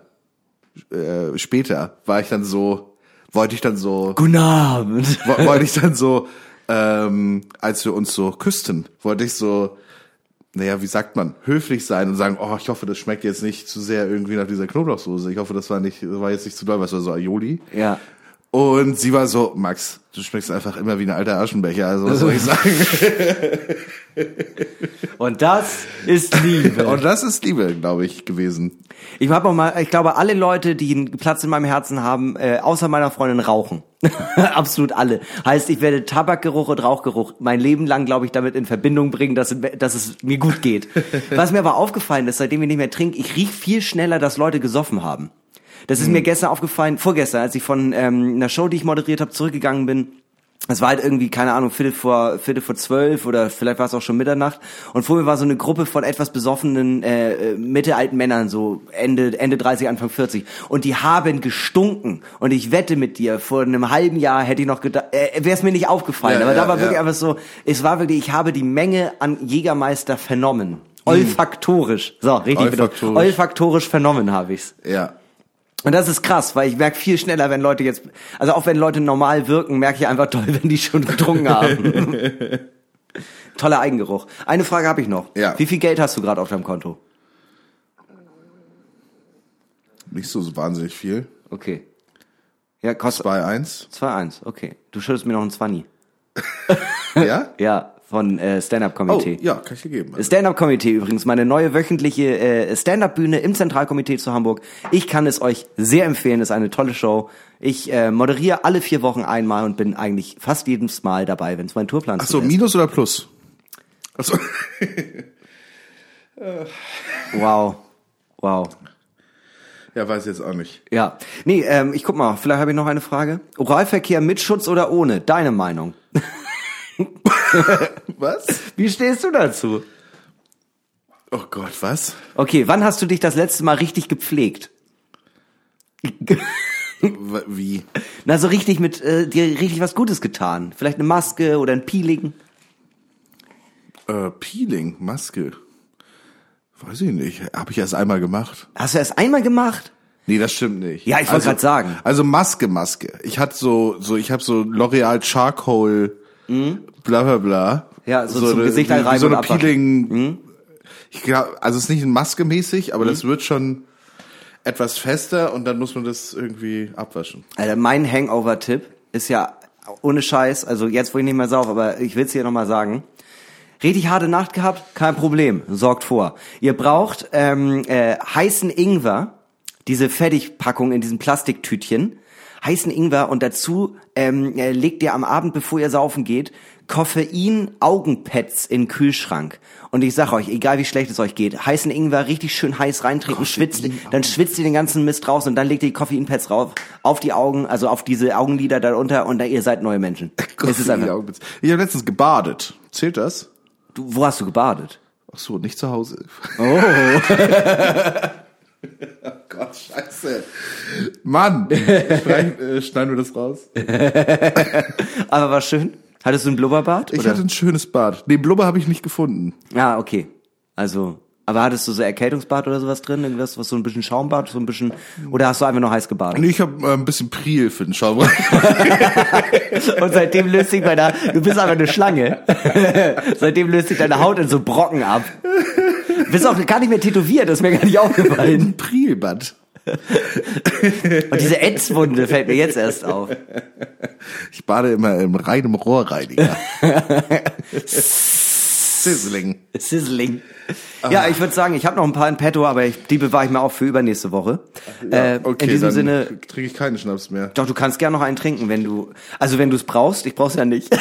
C: äh, später, war ich dann so, wollte ich dann so,
B: Guten Abend.
C: wo- wollte ich dann so, ähm, als wir uns so küssten, wollte ich so, naja, wie sagt man, höflich sein und sagen, oh, ich hoffe, das schmeckt jetzt nicht zu sehr irgendwie nach dieser Knoblauchsoße. Ich hoffe, das war nicht, das war jetzt nicht zu doll, was war so Aioli.
B: Ja.
C: Und sie war so, Max, du schmeckst einfach immer wie ein alter Aschenbecher, also was soll ich sagen?
B: Und das ist Liebe.
C: Und das ist Liebe, glaube ich, gewesen.
B: Ich habe auch mal, ich glaube, alle Leute, die einen Platz in meinem Herzen haben, äh, außer meiner Freundin, rauchen. Absolut alle. Heißt, ich werde Tabakgeruch und Rauchgeruch mein Leben lang, glaube ich, damit in Verbindung bringen, dass, dass es mir gut geht. Was mir aber aufgefallen ist, seitdem ich nicht mehr trinke, ich riech viel schneller, dass Leute gesoffen haben. Das ist mir gestern aufgefallen, vorgestern, als ich von ähm, einer Show, die ich moderiert habe, zurückgegangen bin. Es war halt irgendwie, keine Ahnung, Viertel vor, Viertel vor zwölf oder vielleicht war es auch schon Mitternacht. Und vor mir war so eine Gruppe von etwas besoffenen, äh, äh, mittelalten Männern, so Ende, Ende 30, Anfang 40. Und die haben gestunken. Und ich wette mit dir, vor einem halben Jahr hätte ich noch gedacht, äh, wäre es mir nicht aufgefallen.
C: Ja,
B: Aber da
C: ja,
B: war wirklich
C: ja.
B: einfach so, es war wirklich, ich habe die Menge an Jägermeister vernommen. Olfaktorisch. So, richtig. Olfaktorisch,
C: Hm. Olfaktorisch.
B: Olfaktorisch vernommen habe ich's.
C: Ja.
B: Und das ist krass, weil ich merke viel schneller, wenn Leute jetzt, also auch wenn Leute normal wirken, merke ich einfach toll, wenn die schon getrunken haben. Toller Eigengeruch. Eine Frage habe ich noch.
C: Ja.
B: Wie viel Geld hast du gerade auf deinem Konto?
C: Nicht so wahnsinnig viel.
B: Okay. Ja, kostet
C: 2-1.
B: 2,1. Okay. Du schuldest mir noch ein 20.
C: Ja?
B: Ja, von äh,
C: Oh,
B: Stand-Up-Komitee.
C: ja, kann ich dir geben.
B: Stand-Up-Komitee übrigens, meine neue wöchentliche äh, Stand-Up-Bühne im Zentralkomitee zu Hamburg. Ich kann es euch sehr empfehlen, ist eine tolle Show. Ich äh, moderiere alle vier Wochen einmal und bin eigentlich fast jedes Mal dabei, wenn es mein Tourplan
C: Achso,
B: zulässt.
C: Minus oder Plus? Achso.
B: Wow. Wow.
C: Ja, weiß ich jetzt auch nicht.
B: Ja. Nee, ähm, ich guck mal, vielleicht habe ich noch eine Frage. Oralverkehr mit Schutz oder ohne? Deine Meinung.
C: Was?
B: Wie stehst du dazu?
C: Oh Gott, was?
B: Okay, wann hast du dich das letzte Mal richtig gepflegt?
C: W- Wie?
B: Na, so richtig mit äh, dir richtig was Gutes getan. Vielleicht eine Maske oder ein Peeling.
C: Äh, Peeling, Maske. Weiß ich nicht. Habe ich erst einmal gemacht.
B: Hast du erst einmal gemacht?
C: Nee, das stimmt nicht.
B: Ja, ich wollte grad sagen.
C: Also Maske, Maske. Ich hatte so, so ich habe so L'Oreal Charcoal, bla bla bla.
B: Mhm. Ja, so zum
C: eine-
B: Gesicht
C: wie-
B: einreiben
C: wie so eine
B: und abwaschen. Mhm.
C: Peeling. Ich glaube, also es ist nicht maskemäßig, aber das wird schon etwas fester und dann muss man das irgendwie abwaschen.
B: Alter, mein Hangover-Tipp ist ja ohne Scheiß, also jetzt wo ich nicht mehr sauf, aber ich will's hier nochmal sagen. Richtig harte Nacht gehabt, kein Problem, sorgt vor. Ihr braucht ähm, äh, heißen Ingwer, diese Fertigpackung in diesen Plastiktütchen, heißen Ingwer und dazu ähm, äh, legt ihr am Abend, bevor ihr saufen geht, Koffein-Augenpads in den Kühlschrank. Und ich sag euch, egal wie schlecht es euch geht, heißen Ingwer richtig schön heiß reintrinken, schwitzt, dann schwitzt ihr den ganzen Mist raus und dann legt ihr die Koffeinpads rauf auf die Augen, also auf diese Augenlider darunter und dann, ihr seid neue Menschen. es ist einfach,
C: ich habe letztens gebadet. Zählt das?
B: du, wo hast du gebadet?
C: Ach so, nicht zu Hause. Oh. Gott, scheiße. Mann, Schneiden- äh, schneiden wir das raus?
B: Aber war schön. Hattest du ein Blubberbad?
C: Ich
B: oder?
C: hatte ein schönes Bad. Den Blubber habe ich nicht gefunden.
B: Ja, okay. Also, aber hattest du so Erkältungsbad oder sowas drin? Irgendwas, was so ein bisschen Schaumbad, so ein bisschen, oder hast du einfach nur heiß gebadet?
C: Nee, ich habe äh, ein bisschen Priel für den Schaum.
B: Und seitdem löst sich deiner, du bist einfach eine Schlange. seitdem löst sich deine Haut in so Brocken ab. Du bist auch gar nicht mehr tätowiert, das ist mir gar nicht aufgefallen.
C: ein Prielbad.
B: Und diese Ätzwunde fällt mir jetzt erst auf.
C: Ich bade immer im reinem Rohrreiniger. Sizzling.
B: Sizzling.
C: Ah.
B: Ja, ich würde sagen, ich habe noch ein paar in petto, aber ich, die bewahre ich mir auch für übernächste Woche. äh, in diesem
C: dann
B: Sinne,
C: trinke ich keinen Schnaps mehr.
B: Doch, du kannst gern noch einen trinken, wenn du, also wenn du es brauchst, ich brauch's ja nicht.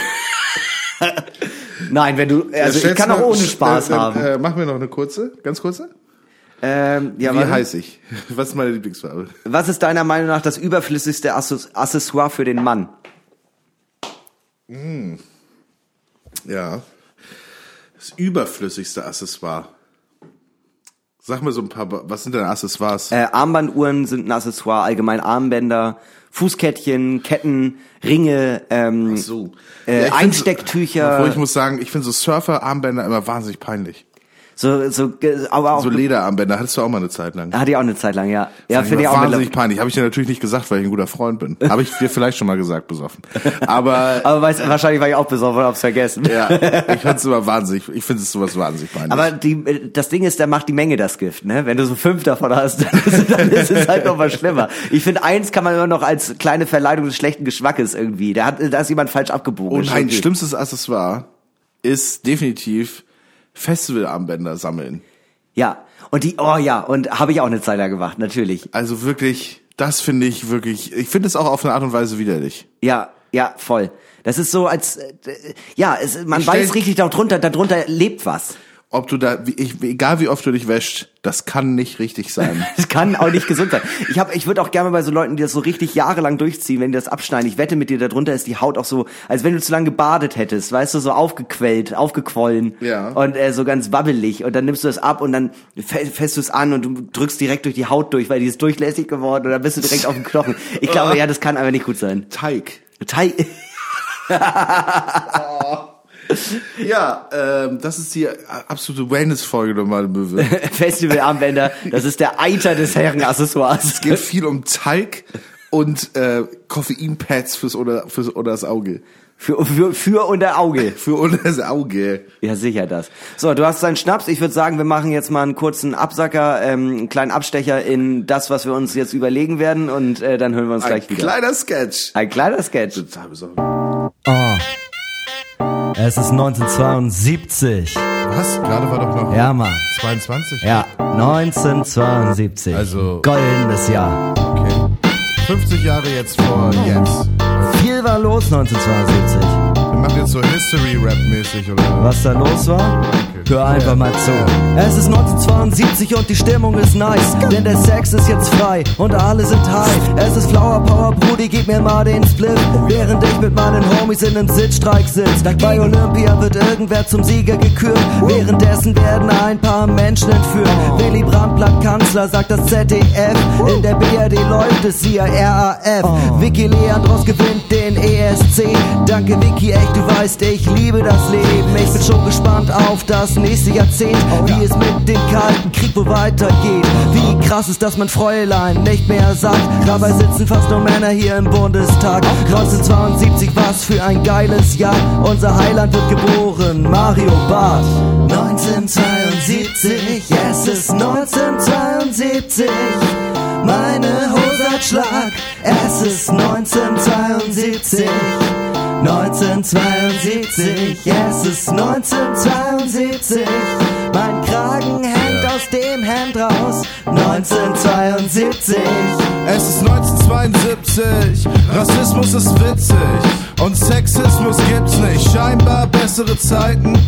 B: Nein, wenn du, also ich
C: Stell's
B: kann auch
C: mal-
B: ohne
C: stell's-
B: Spaß
C: dann,
B: haben.
C: Äh, mach mir noch eine kurze, ganz kurze.
B: Ähm, ja,
C: Wie
B: warte.
C: heiß ich? Was ist meine Lieblingsfarbe?
B: was ist deiner Meinung nach das überflüssigste Assos- Accessoire für den Mann?
C: Ja. Das überflüssigste Accessoire.
D: Sag mal so ein paar, was sind denn Accessoires?
E: Äh, Armbanduhren sind ein Accessoire, allgemein Armbänder, Fußkettchen, Ketten, Ringe, ähm,
D: so.
E: äh,
D: ich find's-
E: Einstecktücher.
D: Obwohl ich muss sagen, ich finde so Surfer-Armbänder immer wahnsinnig peinlich.
E: so, so, ge- aber auch,
D: So Lederarmbänder hattest du auch mal eine Zeit lang.
E: hatte ich auch eine Zeit lang, ja. Ja,
D: Fand
E: finde ich auch
D: wahnsinnig
E: mittlerweile.
D: peinlich. Habe ich dir natürlich nicht gesagt, weil ich ein guter Freund bin. Habe ich dir vielleicht schon mal gesagt, besoffen. Aber
E: Aber weiß, wahrscheinlich war ich auch besoffen und hab's vergessen.
D: ja, ich find's immer wahnsinnig. Ich finde es sowas wahnsinnig peinlich.
E: Aber die, äh, das Ding ist, da macht die Menge das Gift, ne? Wenn du so fünf davon hast, dann ist, dann ist es halt noch mal schlimmer. Ich finde, eins kann man immer noch als kleine Verleidung des schlechten Geschmackes irgendwie. Da hat, äh, da ist jemand falsch abgebogen.
D: Und mein Oh schlimmstes Accessoire ist definitiv Festivalarmbänder sammeln.
E: Ja. Und die, oh ja, und habe ich auch eine Zeit lang gemacht, natürlich.
D: Also wirklich, das finde ich wirklich, ich finde es auch auf eine Art und Weise widerlich.
E: Ja, ja, voll. Das ist so als, äh, ja, es, man
D: Ich
E: weiß
D: stell-
E: richtig, darunter, darunter lebt was.
D: Ob du da, wie- ich, egal wie oft du dich wäschst, das kann nicht richtig sein.
E: Das kann auch nicht gesund sein. Ich hab, ich würde auch gerne bei so Leuten, die das so richtig jahrelang durchziehen, wenn die das abschneiden, ich wette mit dir, darunter ist die Haut auch so, als wenn du zu lange gebadet hättest, weißt du, so aufgequellt, aufgequollen
D: Ja.
E: und äh, so ganz wabbelig. Und dann nimmst du das ab und dann fä- fässt du es an und du drückst direkt durch die Haut durch, weil die ist durchlässig geworden und dann bist du direkt auf dem Knochen. Ich glaube, ja, das kann einfach nicht gut sein.
D: Teig.
E: Teil
D: Ja, ähm, das ist die absolute Wellness-Folge nochmal, Möwe.
E: Festivalarmbänder, das ist der Eiter des Herrenaccessoires.
D: geht viel um Talg und äh, Koffeinpads fürs oder fürs oder das Auge.
E: Für, für, für unter Auge.
D: Für oder das Auge.
E: Ja, sicher das. So, du hast deinen Schnaps. Ich würde sagen, wir machen jetzt mal einen kurzen Absacker, ähm, einen kleinen Abstecher in das, was wir uns jetzt überlegen werden und äh, dann hören wir uns
D: Ein
E: gleich wieder.
D: kleiner Sketch.
E: Ein kleiner Sketch.
D: Total besoffen.
B: Oh, Es ist 1972.
C: Was? Gerade war doch noch
B: Ja, Mann.
C: 22.
B: Ja, 1972.
C: Also-
B: Goldenes Jahr.
C: Okay. 50 Jahre jetzt vor jetzt.
B: Viel war los 1972.
C: Wir machen jetzt so History-Rap-mäßig oder
B: Was da los war? Hör einfach mal zu. Es ist 1972 und die Stimmung ist nice. Denn der Sex ist jetzt frei und alle sind high. Es ist Flower Power, Brudi, gib mir mal den Split. Während ich mit meinen Homies in einem Sitzstreik sitz. Bei Olympia wird irgendwer zum Sieger gekürt. Währenddessen werden ein paar Menschen entführt. Willy Brandt bleibt Kanzler, sagt das ZDF. In der BRD läuft es CIRAF. Vicky Leandros gewinnt den ESC. Danke Vicky, echt, du weißt, ich liebe das Leben. Ich bin schon gespannt auf das nächste Jahrzehnt. Wie es mit dem Kalten Krieg wohl weitergeht. Wie krass ist, dass man Fräulein nicht mehr sagt. Dabei sitzen fast nur Männer hier im Bundestag. 1972, was für ein geiles Jahr. Unser Heiland wird geboren, Mario Barth. 1972, es ist 1972. Meine Hose hat Schlag, es ist 1972. 1972, es ist 1972. Mein Kragen hängt aus dem Hemd raus. 1972.
C: Es ist 1972, Rassismus ist witzig und Sexismus gibt's nicht. Scheinbar bessere Zeiten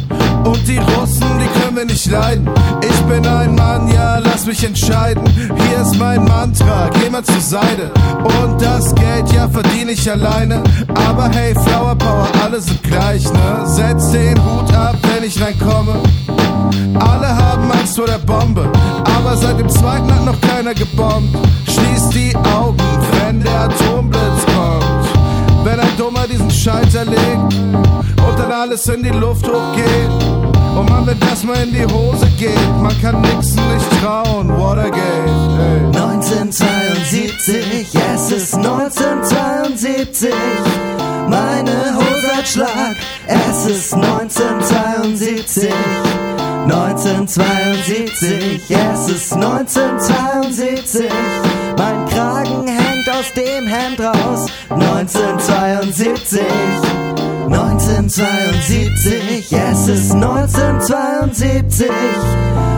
C: und die Russen, die können wir nicht leiden. Ich bin ein Mann, ja, lass mich entscheiden. Hier ist mein Mantra, geh mal zur Seite. Und das Geld, ja, verdiene ich alleine. Aber hey, Flower Power, alle sind gleich, ne? Setz den Hut ab, wenn ich reinkomme. Alle haben Angst vor der Bombe, aber seit dem zweiten hat noch keiner gebombt. Schließ die Augen, wenn der Atomblitz kommt. Wenn ein Dummer diesen Schalter legt und dann alles in die Luft hochgeht. Und man, wenn das mal in die Hose geht, man kann Nixon nicht trauen. Watergate, ey.
B: 1972, es ist 1972. Meine Hose hat Schlag, es ist 1972. 1972, es ist 1972. Mein Kragen hängt aus dem Hemd raus. 1972. 1972, es ist 1972.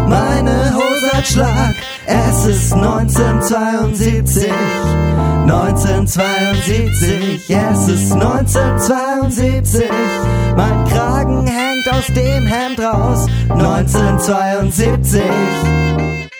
B: Meine Hose hat Schlag, es ist 1972. 1972, es ist 1972. Mein Kragen hängt aus dem Hemd raus. 1972.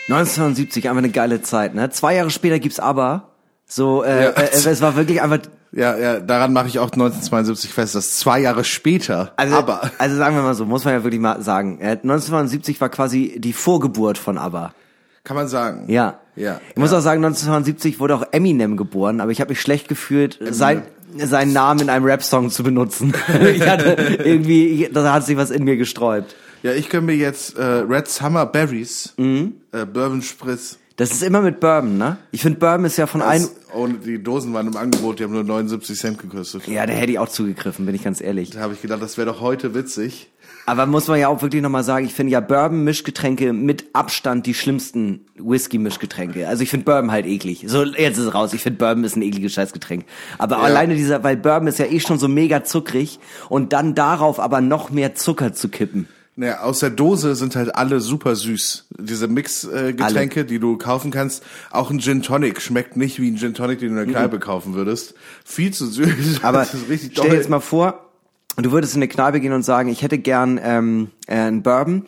E: 1972, einfach eine geile Zeit, ne? Zwei Jahre später gibt's aber so, äh, äh, es war wirklich einfach,
D: Ja, ja, daran mache ich auch 1972 fest, dass zwei Jahre später.
E: also,
D: aber
B: äh,
E: also sagen wir mal so, muss man ja wirklich mal sagen, äh, 1972 war quasi die Vorgeburt von ABBA.
C: Kann man sagen.
B: Ja.
C: Ja.
B: Ich muss auch sagen, 1970 wurde auch Eminem geboren, aber ich habe mich schlecht gefühlt, sein, seinen Namen in einem Rap-Song zu benutzen. ich hatte irgendwie, da hat sich was in mir gesträubt.
C: Ja, ich gönn mir jetzt äh, Red Summer Berries,
B: Mhm.
C: äh, Bourbon Spritz.
B: Das ist immer mit Bourbon, ne? Ich finde, Bourbon ist ja von einem...
C: Das- ohne, die Dosen waren im Angebot, die haben nur 79 Cent gekostet.
B: Ja, da hätte ich auch zugegriffen, bin ich ganz ehrlich.
C: Da habe ich gedacht, das wäre doch heute witzig.
B: Aber muss man ja auch wirklich nochmal sagen, ich finde ja Bourbon-Mischgetränke mit Abstand die schlimmsten Whisky-Mischgetränke. Also ich finde Bourbon halt eklig. So, jetzt ist es raus. Ich finde Bourbon ist ein ekliges Scheißgetränk. Aber alleine dieser, weil Bourbon ist ja eh schon so mega zuckrig und dann darauf aber noch mehr Zucker zu kippen.
C: Naja, aus der Dose sind halt alle super süß. Diese Mix-Getränke, die du kaufen kannst. Auch ein Gin Tonic schmeckt nicht wie ein Gin Tonic, den du in der Kneipe kaufen würdest. Viel zu süß.
B: Mhm. Aber
C: das ist richtig
B: stell dir
C: doll.
B: jetzt mal vor, du würdest in eine Kneipe gehen und sagen, ich hätte gern ähm, äh, einen Bourbon,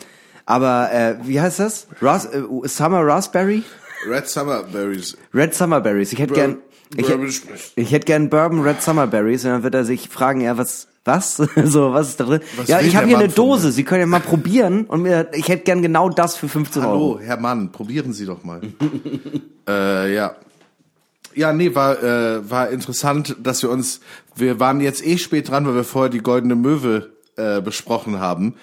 B: aber äh, wie heißt das? Ras äh, Summer Raspberry?
C: Red Summer Berries.
B: Red Summer Berries. Ich hätte gern. Ich, hätt-
C: Bourbon Spritz.
B: ich hätte gern Bourbon Red Summer Berries. Und dann wird er sich fragen, ja, was, was? so, was ist da drin?
C: Was
B: ja,
C: will
B: ich habe
C: der
B: hier
C: Mann
B: eine
C: von mir?
B: Dose. Sie können ja mal probieren. Und mir, ich hätte gern genau das für 15 Euro.
C: Hallo, Herr Mann, probieren Sie doch mal. äh, ja. Ja, nee, war, äh, war interessant, dass wir uns, wir waren jetzt eh spät dran, weil wir vorher die Goldene Möwe äh, besprochen haben.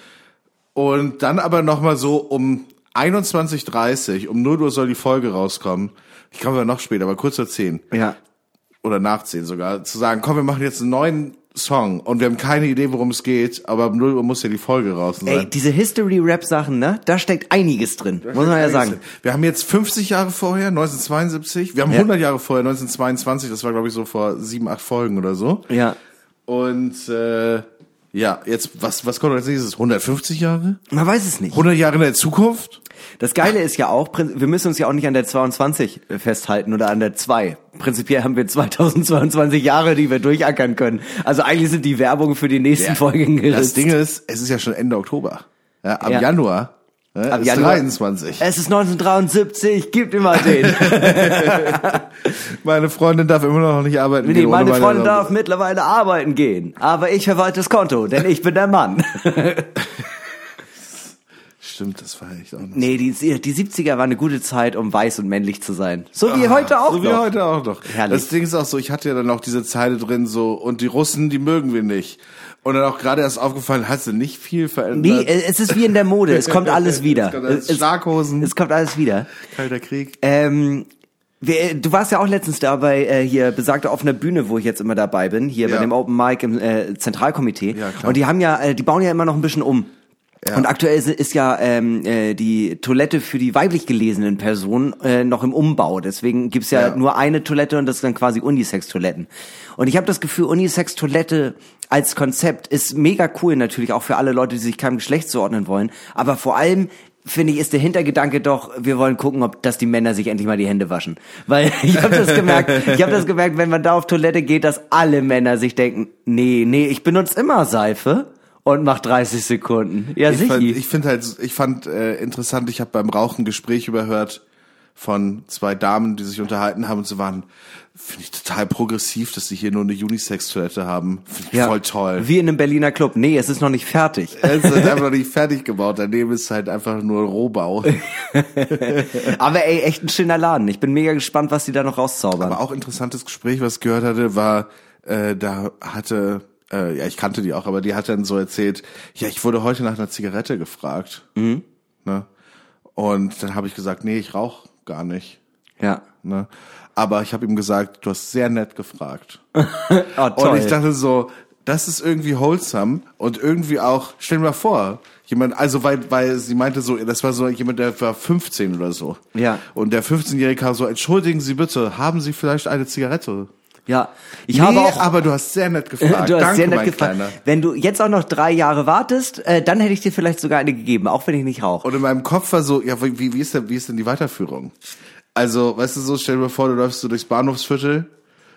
C: Und dann aber nochmal so um 21.30 um 0 Uhr soll die Folge rauskommen. Ich glaube, noch später, aber kurz vor 10
B: Ja.
C: oder nach 10 sogar, zu sagen, komm, wir machen jetzt einen neuen Song und wir haben keine Idee, worum es geht, aber um 0 Uhr muss ja die Folge raus sein.
B: Ey, diese History-Rap-Sachen, ne? Da steckt einiges drin. muss man ja sagen.
C: Wir haben jetzt 50 Jahre vorher, 1972. Wir haben
B: Ja.
C: 100 Jahre vorher, 1922. Das war, glaube ich, so vor sieben, acht Folgen oder so.
B: Ja.
C: Und äh, ja, jetzt, was, was kommt als nächstes? 150 Jahre?
B: Man weiß es nicht.
C: 100 Jahre in der Zukunft?
B: Das Geile ist ja auch, prin- wir müssen uns ja auch nicht an der 22 festhalten oder an der 2. Prinzipiell haben wir 2022 Jahre, die wir durchackern können. Also eigentlich sind die Werbung für die nächsten
C: Ja.
B: Folgen geritzt.
C: Das Ding ist, es ist ja schon Ende Oktober. Ja, ab
B: Ja.
C: Januar. Ja,
B: Ab
C: ist
B: Januar-
C: 23.
B: Es ist 1973, gib ihm mal den.
C: Meine Freundin darf immer noch nicht arbeiten.
B: Nee,
C: gehen, ohne
B: meine
C: Erlaubnis.
B: Freundin darf mittlerweile arbeiten gehen. Aber ich verwalte das Konto, denn ich bin der Mann.
C: Stimmt, das war echt auch noch.
B: Nee, die, die 70er war eine gute Zeit, um weiß und männlich zu sein. Ah, So wie heute auch
C: So wie
B: noch.
C: heute auch noch.
B: Herrlich.
C: Das Ding ist auch so, ich hatte ja dann auch diese Zeile drin so, und die Russen, die mögen wir nicht. Und dann auch gerade erst aufgefallen, hast du nicht viel
B: Nee,
C: verändert.
B: es ist wie in der Mode, es kommt alles wieder.
C: Es kommt alles
B: Es-
C: Schlaghosen.
B: Es kommt alles wieder.
C: Kalter Krieg.
B: Ähm, wir, du warst ja auch letztens da bei äh, hier besagter offener Bühne, wo ich jetzt immer dabei bin, hier bei
C: Ja.
B: dem Open Mic im äh, Zentralkomitee.
C: Ja, klar.
B: Und die haben ja, äh, die bauen ja immer noch ein bisschen um.
C: Ja.
B: Und aktuell ist, ist ja ähm, äh, die Toilette für die weiblich gelesenen Personen äh, noch im Umbau. Deswegen gibt's ja,
C: Ja.
B: nur eine Toilette und das sind dann quasi Unisex-Toiletten. Und ich habe das Gefühl, Unisex-Toilette als Konzept ist mega cool natürlich, auch für alle Leute, die sich keinem Geschlecht zuordnen wollen. Aber vor allem finde ich, ist der Hintergedanke doch, wir wollen gucken, ob dass die Männer sich endlich mal die Hände waschen. Weil ich habe das gemerkt, ich habe das gemerkt, wenn man da auf Toilette geht, dass alle Männer sich denken, nee, nee, ich benutze immer Seife und mach 30 Sekunden. Ja,
C: Ich,
B: sicher.
C: fand- ich finde halt, ich fand äh, interessant, ich habe beim Rauchen ein Gespräch überhört von zwei Damen, die sich unterhalten haben und so waren, finde ich total progressiv, dass sie hier nur eine Unisex-Toilette haben. Finde ich
B: ja.
C: voll toll.
B: Wie in einem Berliner Club. Nee, es ist noch nicht fertig.
C: Es ist einfach noch nicht fertig gebaut. Daneben ist halt einfach nur Rohbau.
B: Aber ey, echt ein schöner Laden. Ich bin mega gespannt, was die da noch rauszaubern.
C: Aber auch interessantes Gespräch, was ich gehört hatte, war, äh, da hatte, äh, ja, ich kannte die auch, aber die hat dann so erzählt, ja, ich wurde heute nach einer Zigarette gefragt.
B: Mhm.
C: Ne? Und dann habe ich gesagt, nee, ich rauche gar nicht.
B: Ja.
C: Ne? Aber ich habe ihm gesagt, du hast sehr nett gefragt.
B: Oh, toll.
C: Und ich dachte so, das ist irgendwie wholesome und irgendwie auch, stell dir mal vor, jemand, also weil, weil sie meinte so, das war so jemand, der war 15 oder so.
B: Ja.
C: Und der 15-Jährige kam so, entschuldigen Sie bitte, haben Sie vielleicht eine Zigarette?
B: ja. Ich habe
C: Nee,
B: auch.
C: aber du hast sehr nett gefragt.
B: Du hast
C: Danke,
B: sehr nett
C: mein
B: gefragt.
C: Kleiner.
B: Wenn du jetzt auch noch drei Jahre wartest, äh, dann hätte ich dir vielleicht sogar eine gegeben, auch wenn ich nicht rauche.
C: Und in meinem Kopf war so, ja, wie, wie, wie, ist denn, wie ist denn die Weiterführung? Also, weißt du so, stell dir vor, du läufst so durchs Bahnhofsviertel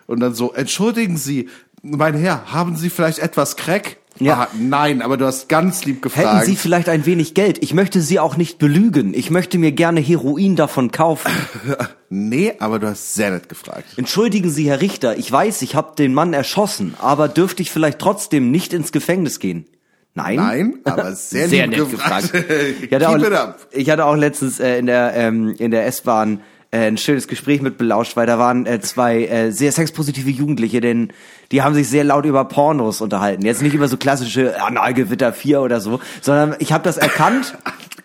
C: und dann so, entschuldigen Sie, mein Herr, haben Sie vielleicht etwas Crack?
B: Ja.
C: Ah, nein, aber du hast ganz lieb gefragt.
B: Hätten Sie vielleicht ein wenig Geld? Ich möchte Sie auch nicht belügen. Ich möchte mir gerne Heroin davon kaufen.
C: nee, aber du hast sehr nett gefragt.
B: Entschuldigen Sie, Herr Richter, ich weiß, ich habe den Mann erschossen, aber dürfte ich vielleicht trotzdem nicht ins Gefängnis gehen? Nein?
C: Nein, aber sehr,
B: Sehr
C: lieb
B: nett
C: gefragt.
B: gefragt.
C: Keep
B: Ich hatte,
C: it
B: auch,
C: up.
B: ich hatte auch letztens äh, in der, ähm, in der S-Bahn äh, ein schönes Gespräch mit belauscht, weil da waren äh, zwei äh, sehr sexpositive Jugendliche, denn die haben sich sehr laut über Pornos unterhalten. Jetzt nicht über so klassische Analgewitter 4 oder so, sondern ich habe das erkannt.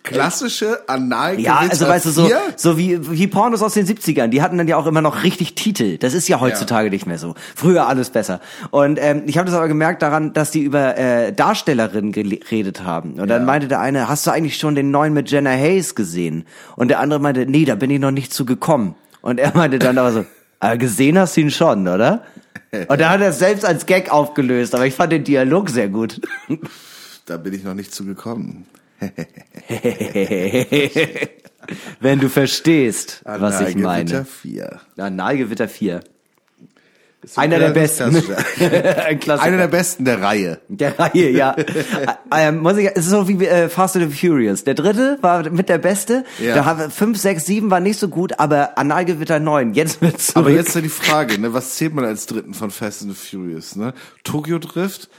C: Klassische anal
B: Ja, also weißt du, so, so wie, wie Pornos aus den 70ern, die hatten dann ja auch immer noch richtig Titel. Das ist ja heutzutage nicht mehr so. Früher alles besser. Und ähm, ich habe das aber gemerkt daran, dass die über äh, Darstellerinnen geredet haben. Und dann meinte der eine, hast du eigentlich schon den neuen mit Jenna Hayes gesehen? Und der andere meinte, nee, da bin ich noch nicht zu gekommen. Und er meinte dann aber so, aber gesehen hast du ihn schon, oder? Und da hat er es selbst als Gag aufgelöst, aber ich fand den Dialog sehr gut.
C: Da bin ich noch nicht zugekommen.
B: Wenn du verstehst, was ich meine.
C: Analgewitter 4.
B: Analgewitter 4.
C: Ist so
B: Einer
C: wieder
B: der besten.
C: das Klassische.
B: Ein Klassiker.
C: Einer der besten der Reihe.
B: der Reihe, ja. Ä- ähm, muss ich, es ist so wie äh, Fast and the Furious. Der dritte war mit der beste.
C: Ja.
B: Da haben 5, 6, 7 war nicht so gut, aber Analgewitter 9, jetzt wird's zurück.
C: Aber jetzt ist ja die Frage, ne, was zählt man als dritten von Fast and the Furious? Ne? Tokyo Drift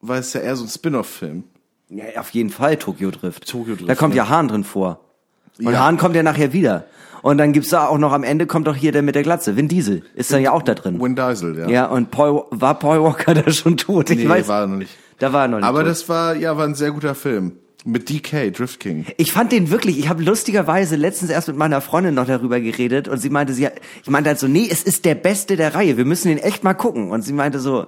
C: war es ja eher so ein Spin-off-Film.
B: ja, auf jeden Fall Tokyo Drift.
C: Tokyo Drift,
B: Da kommt
C: ja.
B: ja Hahn drin vor. Und
C: Ja.
B: Hahn kommt ja nachher wieder. Und dann gibt's da auch noch am Ende kommt doch hier der mit der Glatze. Vin Diesel ist da ja auch da drin.
C: Win Diesel, ja.
B: Ja, und Paul, war Paul Walker da schon tot? Ich
C: nee,
B: weiß.
C: war er noch nicht.
B: da war er noch nicht
C: Aber
B: tot.
C: das war, ja, war ein sehr guter Film. Mit DK, Drift King.
B: Ich fand den wirklich, ich habe lustigerweise letztens erst mit meiner Freundin noch darüber geredet und sie meinte, sie hat, ich meinte halt so, nee, es ist der beste der Reihe, wir müssen den echt mal gucken. Und sie meinte so,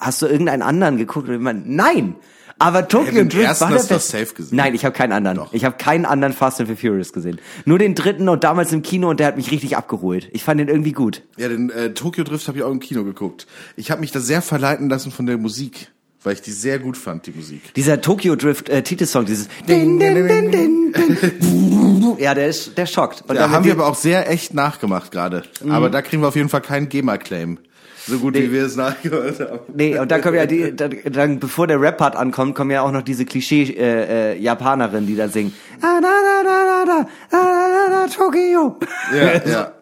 B: hast du irgendeinen anderen geguckt? Und ich meinte, nein, aber Tokyo
C: den
B: Drift
C: ersten
B: war der
C: hast du doch
B: beste.
C: safe gesehen.
B: Nein, ich habe keinen anderen. Ich habe keinen anderen Fast and the Furious gesehen. Nur den dritten und damals im Kino und der hat mich richtig abgeholt. Ich fand den irgendwie gut.
C: Ja, den äh, Tokyo Drift habe ich auch im Kino geguckt. Ich habe mich da sehr verleiten lassen von der Musik, weil ich die sehr gut fand, die Musik.
B: Dieser Tokyo Drift äh, Titelsong, dieses din, din, din, din, din. Ja, der ist der schockt. Und Mhm.
C: Da
B: dann
C: haben
B: mit
C: wir
B: dem-
C: aber auch sehr echt nachgemacht gerade. Aber da kriegen wir auf jeden Fall keinen GEMA-Claim. So gut, wie wir es nachgehört haben.
B: Nee, und dann kommt ja die, dann, dann bevor der Rap-Part ankommt, kommen ja auch noch diese Klischee-Japanerinnen, äh, Japanerinnen, die da singen. Ah, da, da, da, da, da, da, da, da, Tokio.
C: Ja, ja.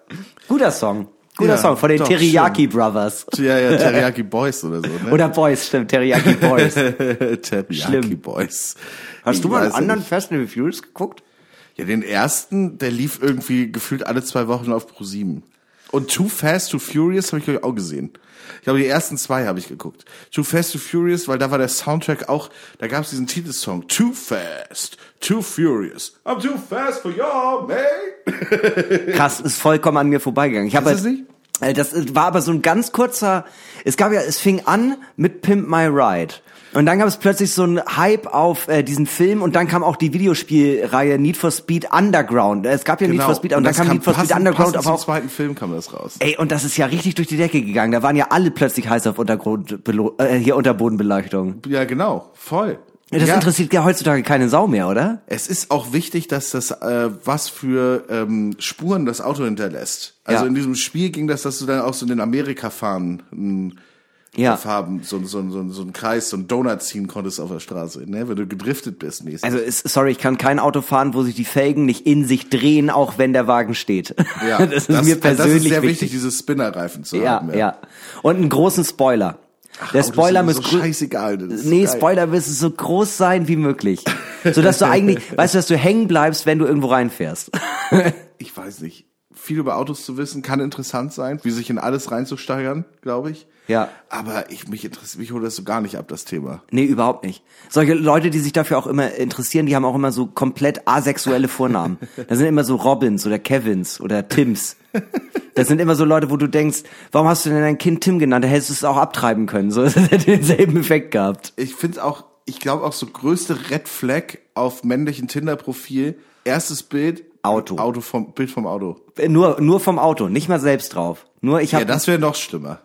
B: Guter Song. Guter
C: Ja,
B: Song von den
C: doch,
B: Teriyaki Brothers.
C: Ja, ja, Teriyaki Boys oder so. Ne?
B: Oder Boys, stimmt, Teriyaki Boys.
C: Teriyaki
B: Schlimm.
C: Boys.
B: Hast du
C: Ich
B: mal einen
C: weiß
B: anderen
C: nicht.
B: Fast and the Furious geguckt?
C: Ja, den ersten, der lief irgendwie gefühlt alle zwei Wochen auf Pro7. Und Too Fast, Too Furious habe ich glaube ich auch gesehen. Ich glaube, die ersten zwei habe ich geguckt. Too Fast, Too Furious, weil da war der Soundtrack auch, da gab es diesen Titelsong. Too Fast, Too Furious. I'm too fast for your mate.
B: Krass, ist vollkommen an mir vorbeigegangen. Ich habe
C: Ist es nicht?
B: Äh, Das äh, war aber so ein ganz kurzer. Es gab ja, es fing an mit Pimp My Ride. Und dann gab es plötzlich so einen Hype auf äh, diesen Film und dann kam auch die Videospielreihe Need for Speed Underground. Äh, Es gab ja Need for Speed, und, dann
C: Genau. das
B: kam Need for Speed
C: passend-
B: Underground,
C: passend
B: aber
C: zum
B: auch
C: zweiten Film kam das raus.
B: Ey, und das ist ja richtig durch die Decke gegangen. Da waren ja alle plötzlich heiß auf Untergrund, äh, hier Unterbodenbeleuchtung.
C: Ja, genau, voll.
B: Das
C: ja.
B: interessiert ja heutzutage keine Sau mehr, oder?
C: Es ist auch wichtig, dass das, äh, was für ähm, Spuren das Auto hinterlässt. Also
B: Ja.
C: in diesem Spiel ging das, dass du dann auch so in den Amerika-Fahnen
B: Ja.
C: Farben, so, so, so, so einen Kreis, so einen Donut ziehen konntest auf der Straße, ne? wenn du gedriftet bist. Nächstes.
B: Also, es- sorry, ich kann kein Auto fahren, wo sich die Felgen nicht in sich drehen, auch wenn der Wagen steht.
C: ja,
B: das ist mir persönlich
C: Das ist sehr wichtig,
B: wichtig.
C: diese Spinnerreifen zu
B: Ja,
C: haben.
B: ja, Und einen großen Spoiler. Der
C: Autos
B: Spoiler
C: sind
B: muss
C: so
B: grö-
C: scheißegal, das ist
B: Nee,
C: geil.
B: Spoiler müssen so groß sein wie möglich. Sodass du eigentlich, weißt du, dass du hängen bleibst, wenn du irgendwo reinfährst.
C: Ich weiß nicht. Viel über Autos zu wissen, kann interessant sein, wie sich in alles reinzusteigern, glaube ich.
B: Ja.
C: Aber ich mich interessiert, mich holt das so gar nicht ab, das Thema.
B: Nee, überhaupt nicht. Solche Leute, die sich dafür auch immer interessieren, die haben auch immer so komplett asexuelle Vornamen. Das sind immer so Robins oder Kevins oder Tims. Das sind immer so Leute, wo du denkst, warum hast du denn dein Kind Tim genannt? Da hättest du es auch abtreiben können. So, es hätte denselben Effekt gehabt.
C: ich finde auch, ich glaube auch so größte Red Flag auf männlichen Tinder-Profil, erstes Bild,
B: Auto.
C: Auto vom, Bild vom Auto.
B: Äh, Nur, nur vom Auto, nicht mal selbst drauf. Nur ich
C: Ja,
B: habe
C: das wäre noch schlimmer.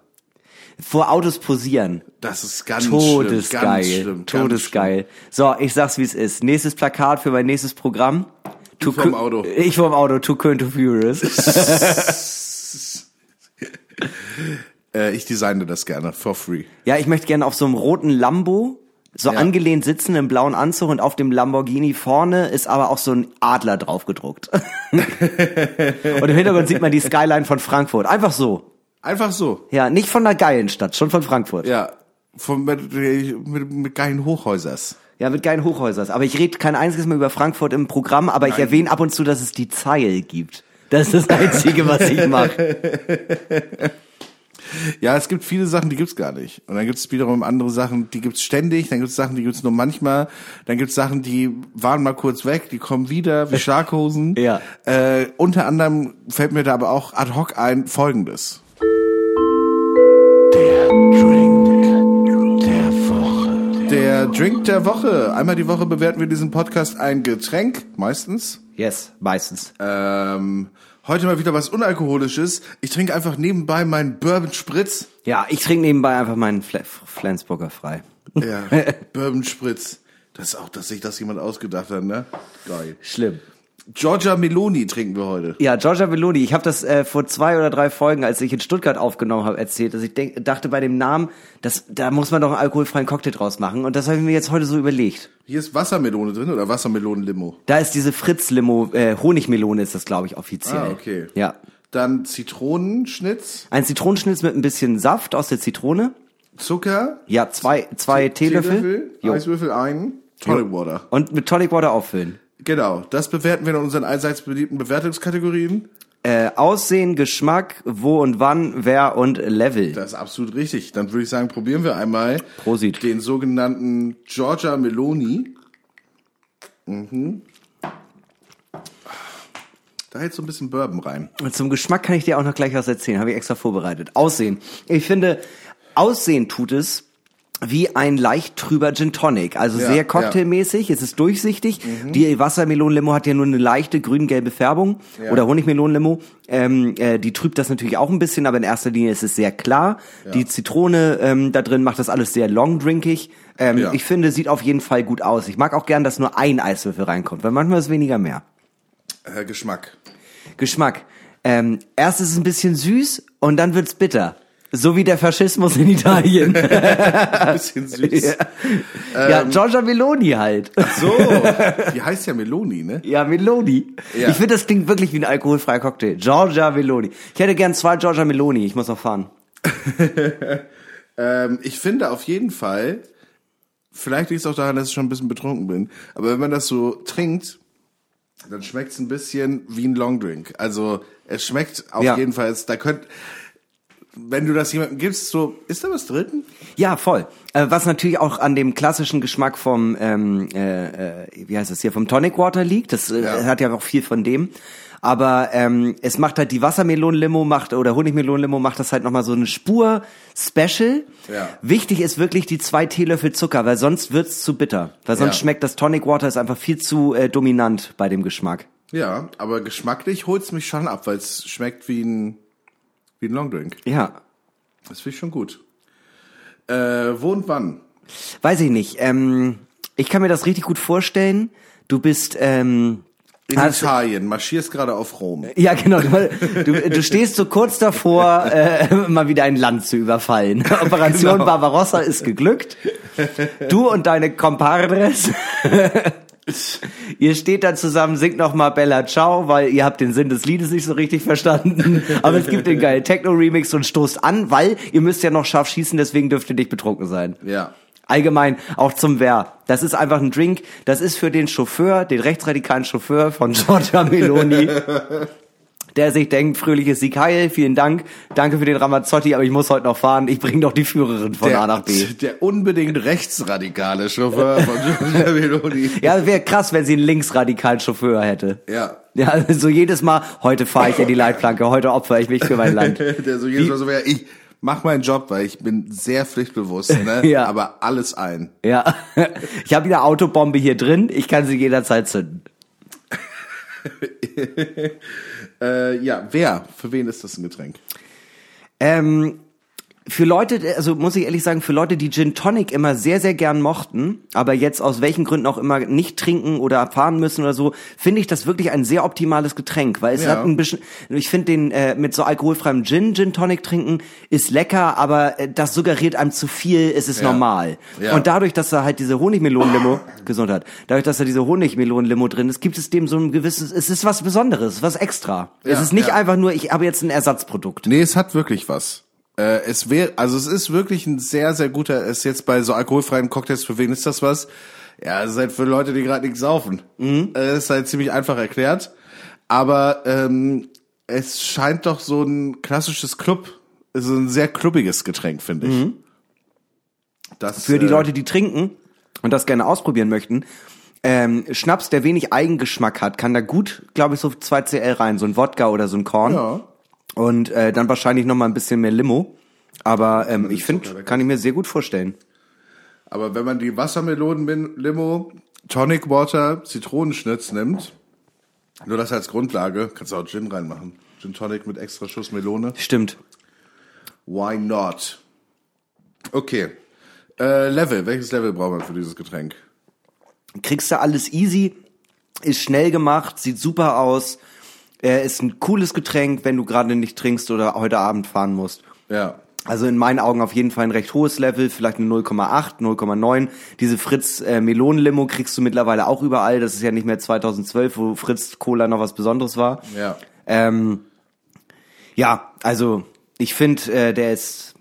B: vor Autos posieren.
C: Das ist ganz schlimm.
B: Todesgeil.
C: Ganz schlimm. ganz
B: Todesgeil. So, ich sag's wie es ist. Nächstes Plakat für mein nächstes Programm. Too
C: vom
B: Kö-
C: Auto.
B: Ich vom Auto, Too Köln, Too Furious.
C: Schlimm. Äh, ich designe das gerne, for free.
B: ja, ich möchte gerne auf so einem roten Lambo so
C: Ja.
B: angelehnt sitzen im blauen Anzug und auf dem Lamborghini vorne ist aber auch so ein Adler draufgedruckt. und im Hintergrund sieht man die Skyline von Frankfurt. Einfach so.
C: Einfach so.
B: Ja, nicht von einer geilen Stadt, schon von Frankfurt.
C: Ja. Von, mit, mit, mit geilen Hochhäusers.
B: Ja, mit geilen Hochhäusers. Aber ich rede kein einziges Mal über Frankfurt im Programm, aber ich erwähne ab und zu, dass es die Zeil gibt. Das ist das Einzige, was ich mache.
C: Ja, es gibt viele Sachen, die gibt's gar nicht. Und dann gibt's wiederum andere Sachen, die gibt's ständig. Dann gibt's Sachen, die gibt's nur manchmal. Dann gibt's Sachen, die waren mal kurz weg, die kommen wieder, wie Schlaghosen.
B: Ja.
C: Äh, unter anderem fällt mir da aber auch ad hoc ein Folgendes. Der Drink der Woche. Einmal die Woche bewerten wir diesen Podcast ein Getränk, meistens.
B: Yes, meistens.
C: Ähm, heute mal wieder was Unalkoholisches. Ich trinke einfach nebenbei meinen Bourbon Spritz.
B: Ja, ich trinke nebenbei einfach meinen Fla Flensburger frei.
C: Ja, Bourbon Spritz. Das ist auch, dass sich das jemand ausgedacht hat, ne? Geil.
B: Schlimm.
C: Georgia Meloni trinken wir heute.
B: Ja, Giorgia Meloni. Ich habe das äh, vor zwei oder drei Folgen, als ich in Stuttgart aufgenommen habe, erzählt, dass ich denk, dachte bei dem Namen, das, da muss man doch einen alkoholfreien Cocktail draus machen. Und das habe ich mir jetzt heute so überlegt.
C: Hier ist Wassermelone drin oder Wassermelonenlimo.
B: Da ist diese Fritz-Limo, äh, Honigmelone ist das, glaube ich, offiziell.
C: Ah, okay.
B: Ja.
C: Dann Zitronenschnitz,
B: Ein Zitronenschnitz mit ein bisschen Saft aus der Zitrone.
C: Zucker,
B: Ja, zwei, zwei Teelöffel. Jo.
C: Eiswürfel ein, Tonic Water.
B: Und mit Tonic Water auffüllen.
C: Genau, das bewerten wir in unseren allseits beliebten Bewertungskategorien.
B: Äh, Aussehen, Geschmack, wo und wann, wer und Level.
C: Das ist absolut richtig. Dann würde ich sagen, probieren wir einmal
B: Prosit.
C: den sogenannten Georgia Meloni. Mhm. Da hält so ein bisschen Bourbon rein.
B: Und zum Geschmack kann ich dir auch noch gleich was erzählen, habe ich extra vorbereitet. Aussehen. Ich finde, Aussehen tut es wie ein leicht trüber Gin Tonic, also
C: Ja, Mhm.
B: sehr cocktailmäßig, es ist durchsichtig. Die Wassermelonenlimo hat ja nur eine leichte grün-gelbe Färbung
C: Ja.
B: oder Honigmelonenlimo. Ähm, äh, die trübt das natürlich auch ein bisschen, aber in erster Linie ist es sehr klar. Die Zitrone ähm, da drin macht das alles sehr long-drinkig. Ähm,
C: Ja.
B: Ich finde, sieht auf jeden Fall gut aus. Ich mag auch gern, dass nur ein Eiswürfel reinkommt, weil manchmal ist weniger mehr.
C: Äh, Geschmack.
B: Geschmack. Ähm, erst ist es ein bisschen süß und dann wird's bitter. So wie der Faschismus in Italien.
C: Ein bisschen süß.
B: Ah, ja. ja, Giorgia Meloni halt.
C: So, die heißt ja Meloni, ne?
B: Ja, Meloni.
C: Ja.
B: Ich finde, das klingt wirklich wie ein alkoholfreier Cocktail. Giorgia Meloni. Ich hätte gern zwei Giorgia Meloni. Ich muss noch fahren.
C: Ähm, ich finde auf jeden Fall, vielleicht liegt es auch daran, dass ich schon ein bisschen betrunken bin, aber wenn man das so trinkt, dann schmeckt es ein bisschen wie ein Longdrink. Also es schmeckt auf
B: Ja.
C: jeden Fall, es- da könnt, wenn du das jemandem gibst, so, ist da was drin?
B: Ja, voll. Äh, was natürlich auch an dem klassischen Geschmack vom, ähm, äh, äh, wie heißt es hier, vom Tonic Water liegt. Das äh,
C: Ja.
B: hat ja auch viel von dem. Aber ähm, es macht halt die Wassermelonenlimo macht oder Honigmelonenlimo macht das halt nochmal so eine Spur Special.
C: Ja.
B: Wichtig ist wirklich die zwei Teelöffel Zucker, weil sonst wird's zu bitter. Weil sonst
C: Ja.
B: schmeckt das Tonic Water ist einfach viel zu äh, dominant bei dem Geschmack.
C: Ja, aber geschmacklich holt's mich schon ab, weil es schmeckt wie ein, wie ein Longdrink.
B: Ja.
C: Das finde ich schon gut. Äh, wo und wann?
B: Weiß ich nicht. Ähm, ich kann mir das richtig gut vorstellen. Du bist ähm,
C: In
B: hast-
C: Italien, marschierst gerade auf Rom.
B: Ja, genau. Du, du, du stehst so kurz davor, äh, mal wieder ein Land zu überfallen. Operation Barbarossa ist geglückt. Du und deine Compadres. Ihr steht da zusammen, singt nochmal Bella Ciao, weil ihr habt den Sinn des Liedes nicht so richtig verstanden. Aber es gibt den geilen Techno-Remix und stoßt an, weil ihr müsst ja noch scharf schießen, deswegen dürft ihr nicht betrunken sein.
C: Ja.
B: Allgemein auch zum Wer. Das ist einfach ein Drink. Das ist für den Chauffeur, den rechtsradikalen Chauffeur von Giorgia Meloni, der sich denkt, fröhliches Sieg heil, vielen Dank, danke für den Ramazzotti, aber ich muss heute noch fahren, ich bringe doch die Führerin von A nach B.
C: der unbedingt rechtsradikale Chauffeur von Giorgia Meloni.
B: Ja, wäre krass, wenn sie einen linksradikalen Chauffeur hätte.
C: Ja.
B: Ja, also so jedes Mal, heute fahre ich in die Leitplanke, heute opfer ich mich für mein Land.
C: Der so jedes Mal so wäre, ich mach meinen Job, weil ich bin sehr pflichtbewusst, ne?
B: Ja.
C: aber alles ein.
B: Ja, ich habe eine Autobombe hier drin, ich kann sie jederzeit zünden.
C: Äh, ja, wer? Für wen ist das ein Getränk?
B: Ähm, für Leute, also muss ich ehrlich sagen, für Leute, die Gin Tonic immer sehr, sehr gern mochten, aber jetzt aus welchen Gründen auch immer nicht trinken oder fahren müssen oder so, finde ich das wirklich ein sehr optimales Getränk, weil es
C: Ja.
B: hat ein bisschen, ich finde den äh, mit so alkoholfreiem Gin, Gin Tonic trinken, ist lecker, aber äh, das suggeriert einem zu viel, es ist normal.
C: Ja.
B: Und dadurch, dass da halt diese Honigmelonenlimo, Gesundheit, dadurch, dass da diese Honigmelonenlimo drin ist, gibt es dem so ein gewisses, es ist was Besonderes, was extra. es
C: Ja,
B: ist nicht
C: ja.
B: einfach nur, ich habe jetzt ein Ersatzprodukt.
C: Nee, es hat wirklich was. Äh, Äh, es wäre, also es ist wirklich ein sehr, sehr guter, ist jetzt bei so alkoholfreien Cocktails, für wen ist das was? Ja, es ist halt für Leute, die gerade nichts saufen.
B: Mhm.
C: Äh, ist halt ziemlich einfach erklärt. Aber ähm, es scheint doch so ein klassisches Club, ist ein sehr klubbiges Getränk, finde ich. Das,
B: Mhm. für die
C: äh,
B: Leute, die trinken und das gerne ausprobieren möchten. Ähm, Schnaps, der wenig Eigengeschmack hat, kann da gut, glaube ich, so 2CL rein, so ein Wodka oder so ein Korn.
C: Ja.
B: Und äh, dann wahrscheinlich noch mal ein bisschen mehr Limo. Aber ähm, ich finde, kann ich mir sehr gut vorstellen.
C: Aber wenn man die Wassermelonen-Limo, Tonic Water, Zitronenschnitz nimmt, nur das als Grundlage, kannst du auch Gin reinmachen. Gin Tonic mit extra Schuss Melone.
B: Stimmt.
C: Why not? Okay. Äh, Level. Welches Level braucht man für dieses Getränk?
B: Kriegst du alles easy, ist schnell gemacht, sieht super aus, äh, ist ein cooles Getränk, wenn du gerade nicht trinkst oder heute Abend fahren musst.
C: Ja.
B: Also in meinen Augen auf jeden Fall ein recht hohes Level, vielleicht eine 0,8, 0,9. Diese Fritz äh, Melonenlimo kriegst du mittlerweile auch überall. Das ist ja nicht mehr 2012, wo Fritz Cola noch was Besonderes war.
C: Ja.
B: Ähm, ja, also ich finde, äh, der ist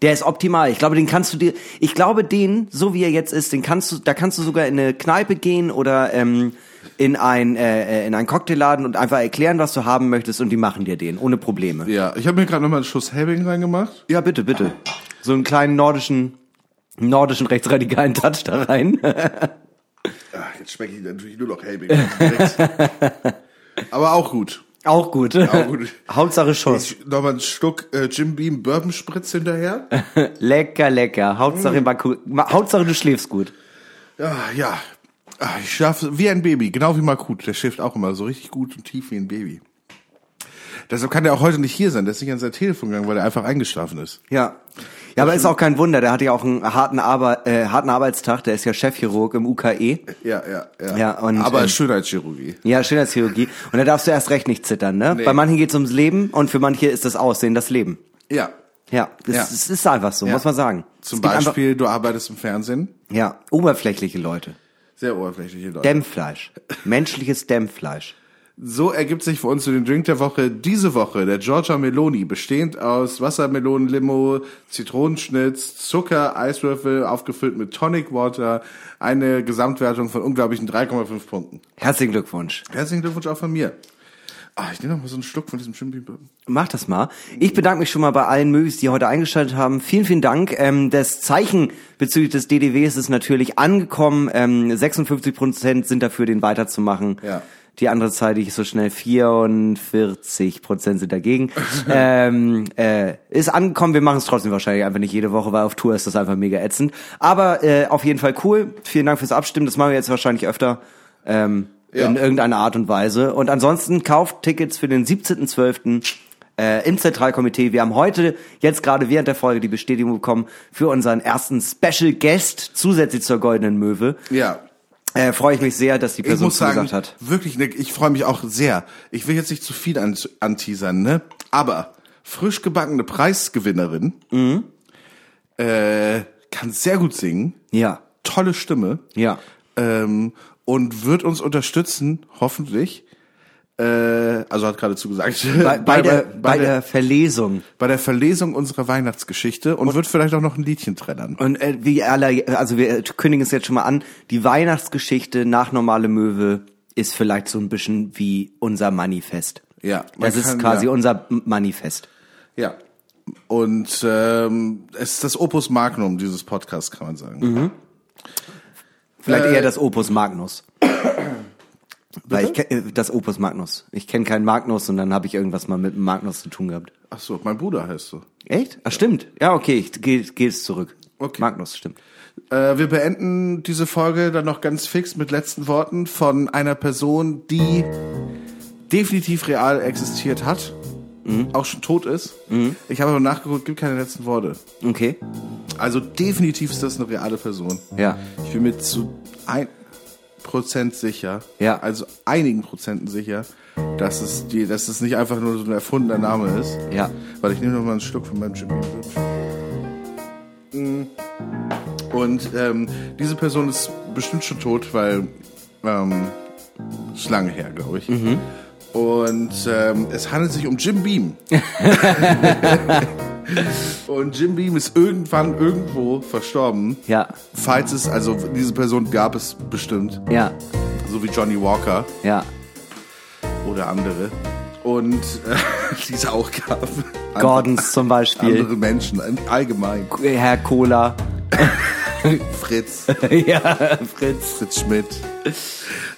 B: der ist optimal. Ich glaube, den kannst du dir, ich glaube, den, so wie er jetzt ist, den kannst du, da kannst du sogar in eine Kneipe gehen oder ähm, in ein äh, äh, in einen Cocktailladen und einfach erklären, was du haben möchtest und die machen dir den ohne Probleme.
C: Ja. Ich habe mir gerade nochmal einen Schuss Helbing reingemacht.
B: Ja, bitte, bitte. So einen kleinen nordischen, nordischen rechtsradikalen Touch da rein.
C: Ach, jetzt schmecke ich natürlich nur noch Helbing. Direkt. Aber auch gut.
B: Auch gut.
C: Auch gut.
B: Hauptsache Schuss.
C: Ich, nochmal einen Schluck äh, Jim Beam Bourbon Spritz hinterher.
B: Lecker, lecker. Hauptsache, Baku- Ma- Hauptsache du schläfst gut.
C: Ah, ja. Ah, Ich schlafe wie ein Baby, genau wie Makut. Der schläft auch immer so richtig gut und tief wie ein Baby. Deshalb kann der auch heute nicht hier sein. Der ist nicht an sein Telefon gegangen, weil er einfach eingeschlafen ist.
B: Ja. Ja, aber ist auch kein Wunder. Der hatte ja auch einen harten, Arbe äh, harten Arbeitstag. Der ist ja Chefchirurg im UKE.
C: Ja, ja,
B: Ja, und,
C: Aber
B: ähm,
C: Schönheitschirurgie.
B: Ja, Schönheitschirurgie. Und da darfst du erst recht nicht zittern, ne?
C: Nee.
B: Bei manchen geht's ums Leben und für manche ist das Aussehen das Leben.
C: Ja.
B: Ja, das,
C: Ja.
B: das ist einfach so, muss man sagen.
C: Zum
B: Es gibt
C: Beispiel, du arbeitest im Fernsehen.
B: Einfach, ja, oberflächliche Leute.
C: Sehr oberflächliche Leute.
B: Dämmfleisch. Menschliches Dämmfleisch.
C: So ergibt sich für uns für den Drink der Woche diese Woche der Georgia Meloni, bestehend aus Wassermelonenlimo, Zitronenschnitz, Zucker, Eiswürfel, aufgefüllt mit Tonic Water, eine Gesamtwertung von unglaublichen 3,5 Punkten.
B: Herzlichen Glückwunsch.
C: Herzlichen Glückwunsch auch von mir. Ah, ich nehme noch mal so einen Schluck von diesem Chimpy.
B: Mach das mal. Ich bedanke mich schon mal bei allen Möwis, die heute eingeschaltet haben. Vielen, vielen Dank. Ähm, das Zeichen bezüglich des DDWs ist natürlich angekommen. Ähm, 56 Prozent sind dafür, den weiterzumachen.
C: Ja.
B: Die andere Zeit, die ich so schnell 44 Prozent sind dagegen. ähm, äh, ist angekommen. Wir machen es trotzdem wahrscheinlich einfach nicht jede Woche, weil auf Tour ist das einfach mega ätzend. Aber äh, auf jeden Fall cool. Vielen Dank fürs Abstimmen. Das machen wir jetzt wahrscheinlich öfter. Ähm,
C: Ja.
B: in irgendeiner Art und Weise. Und ansonsten kauft Tickets für den 17.12. Äh, im Zentralkomitee. Wir haben heute, jetzt gerade während der Folge, die Bestätigung bekommen für unseren ersten Special Guest zusätzlich zur Goldenen Möwe.
C: Ja.
B: Äh, Freue ich mich sehr, dass die
C: Ich
B: Person
C: muss sagen,
B: zugesagt hat.
C: wirklich, Nick, ich freue mich auch sehr. Ich will jetzt nicht zu viel an, anteasern, ne? Aber frisch gebackene Preisgewinnerin äh, kann sehr gut singen,
B: Ja,
C: tolle Stimme
B: ja.
C: ähm, und wird uns unterstützen, hoffentlich. Äh, also hat gerade zugesagt.
B: Bei, bei, der, bei, der Verlesung.
C: bei der Verlesung unserer Weihnachtsgeschichte und, wird vielleicht auch noch ein Liedchen trällern.
B: Und äh, wie alle, also wir kündigen es jetzt schon mal an, die Weihnachtsgeschichte nach Normale Möwe ist vielleicht so ein bisschen wie unser Manifest.
C: Ja, man
B: Das ist
C: kann-
B: quasi
C: ja.
B: unser Manifest.
C: Ja. Und ähm, es ist das Opus Magnum dieses Podcasts, kann man sagen.
B: Vielleicht
C: Äh,
B: eher das Opus Magnus. Weil ich ke- äh, das Opus Magnus. Ich kenne keinen Magnus und dann habe ich irgendwas mal mit einem Magnus zu tun gehabt.
C: Ach so, mein Bruder heißt so.
B: Echt? Ach stimmt. Ja, okay, ich gehe geh es zurück.
C: Okay.
B: Magnus, stimmt.
C: Äh, wir beenden diese Folge dann noch ganz fix mit letzten Worten von einer Person, die definitiv real existiert hat, auch schon tot ist. Ich habe aber nachgeguckt, gibt keine letzten Worte.
B: Okay.
C: Also definitiv ist das eine reale Person.
B: Ja.
C: Ich bin mir zu ein Prozent sicher,
B: Ja.
C: also einigen Prozenten sicher, dass es, die, dass es nicht einfach nur so ein erfundener Name ist.
B: Ja.
C: Weil ich nehme noch mal einen Schluck von meinem Jimmy Beam. Und ähm, diese Person ist bestimmt schon tot, weil ähm, ist lange her, glaube ich.
B: Mhm.
C: Und ähm, es handelt sich um Jim Beam. Und Jim Beam ist irgendwann irgendwo verstorben.
B: Ja,
C: Falls es, also diese Person gab es bestimmt,
B: ja,
C: so wie Johnny Walker
B: ja.
C: oder andere. Und äh, die es auch gab. Andere-
B: Gordons zum
C: Andere
B: Beispiel.
C: Menschen, im allgemein.
B: Herr Cola.
C: Fritz,
B: ja, Fritz.
C: Fritz Schmidt.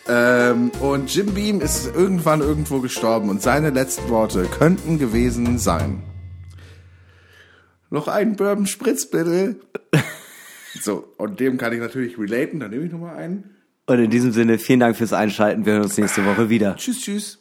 C: Ähm, und Jim Beam ist irgendwann irgendwo gestorben und seine letzten Worte könnten gewesen sein. Noch einen Bourbon Spritz, bitte. So, und dem kann ich natürlich relaten, dann nehme ich nochmal einen.
B: Und in diesem Sinne, vielen Dank fürs Einschalten. Wir hören uns nächste Woche wieder.
C: Tschüss, tschüss.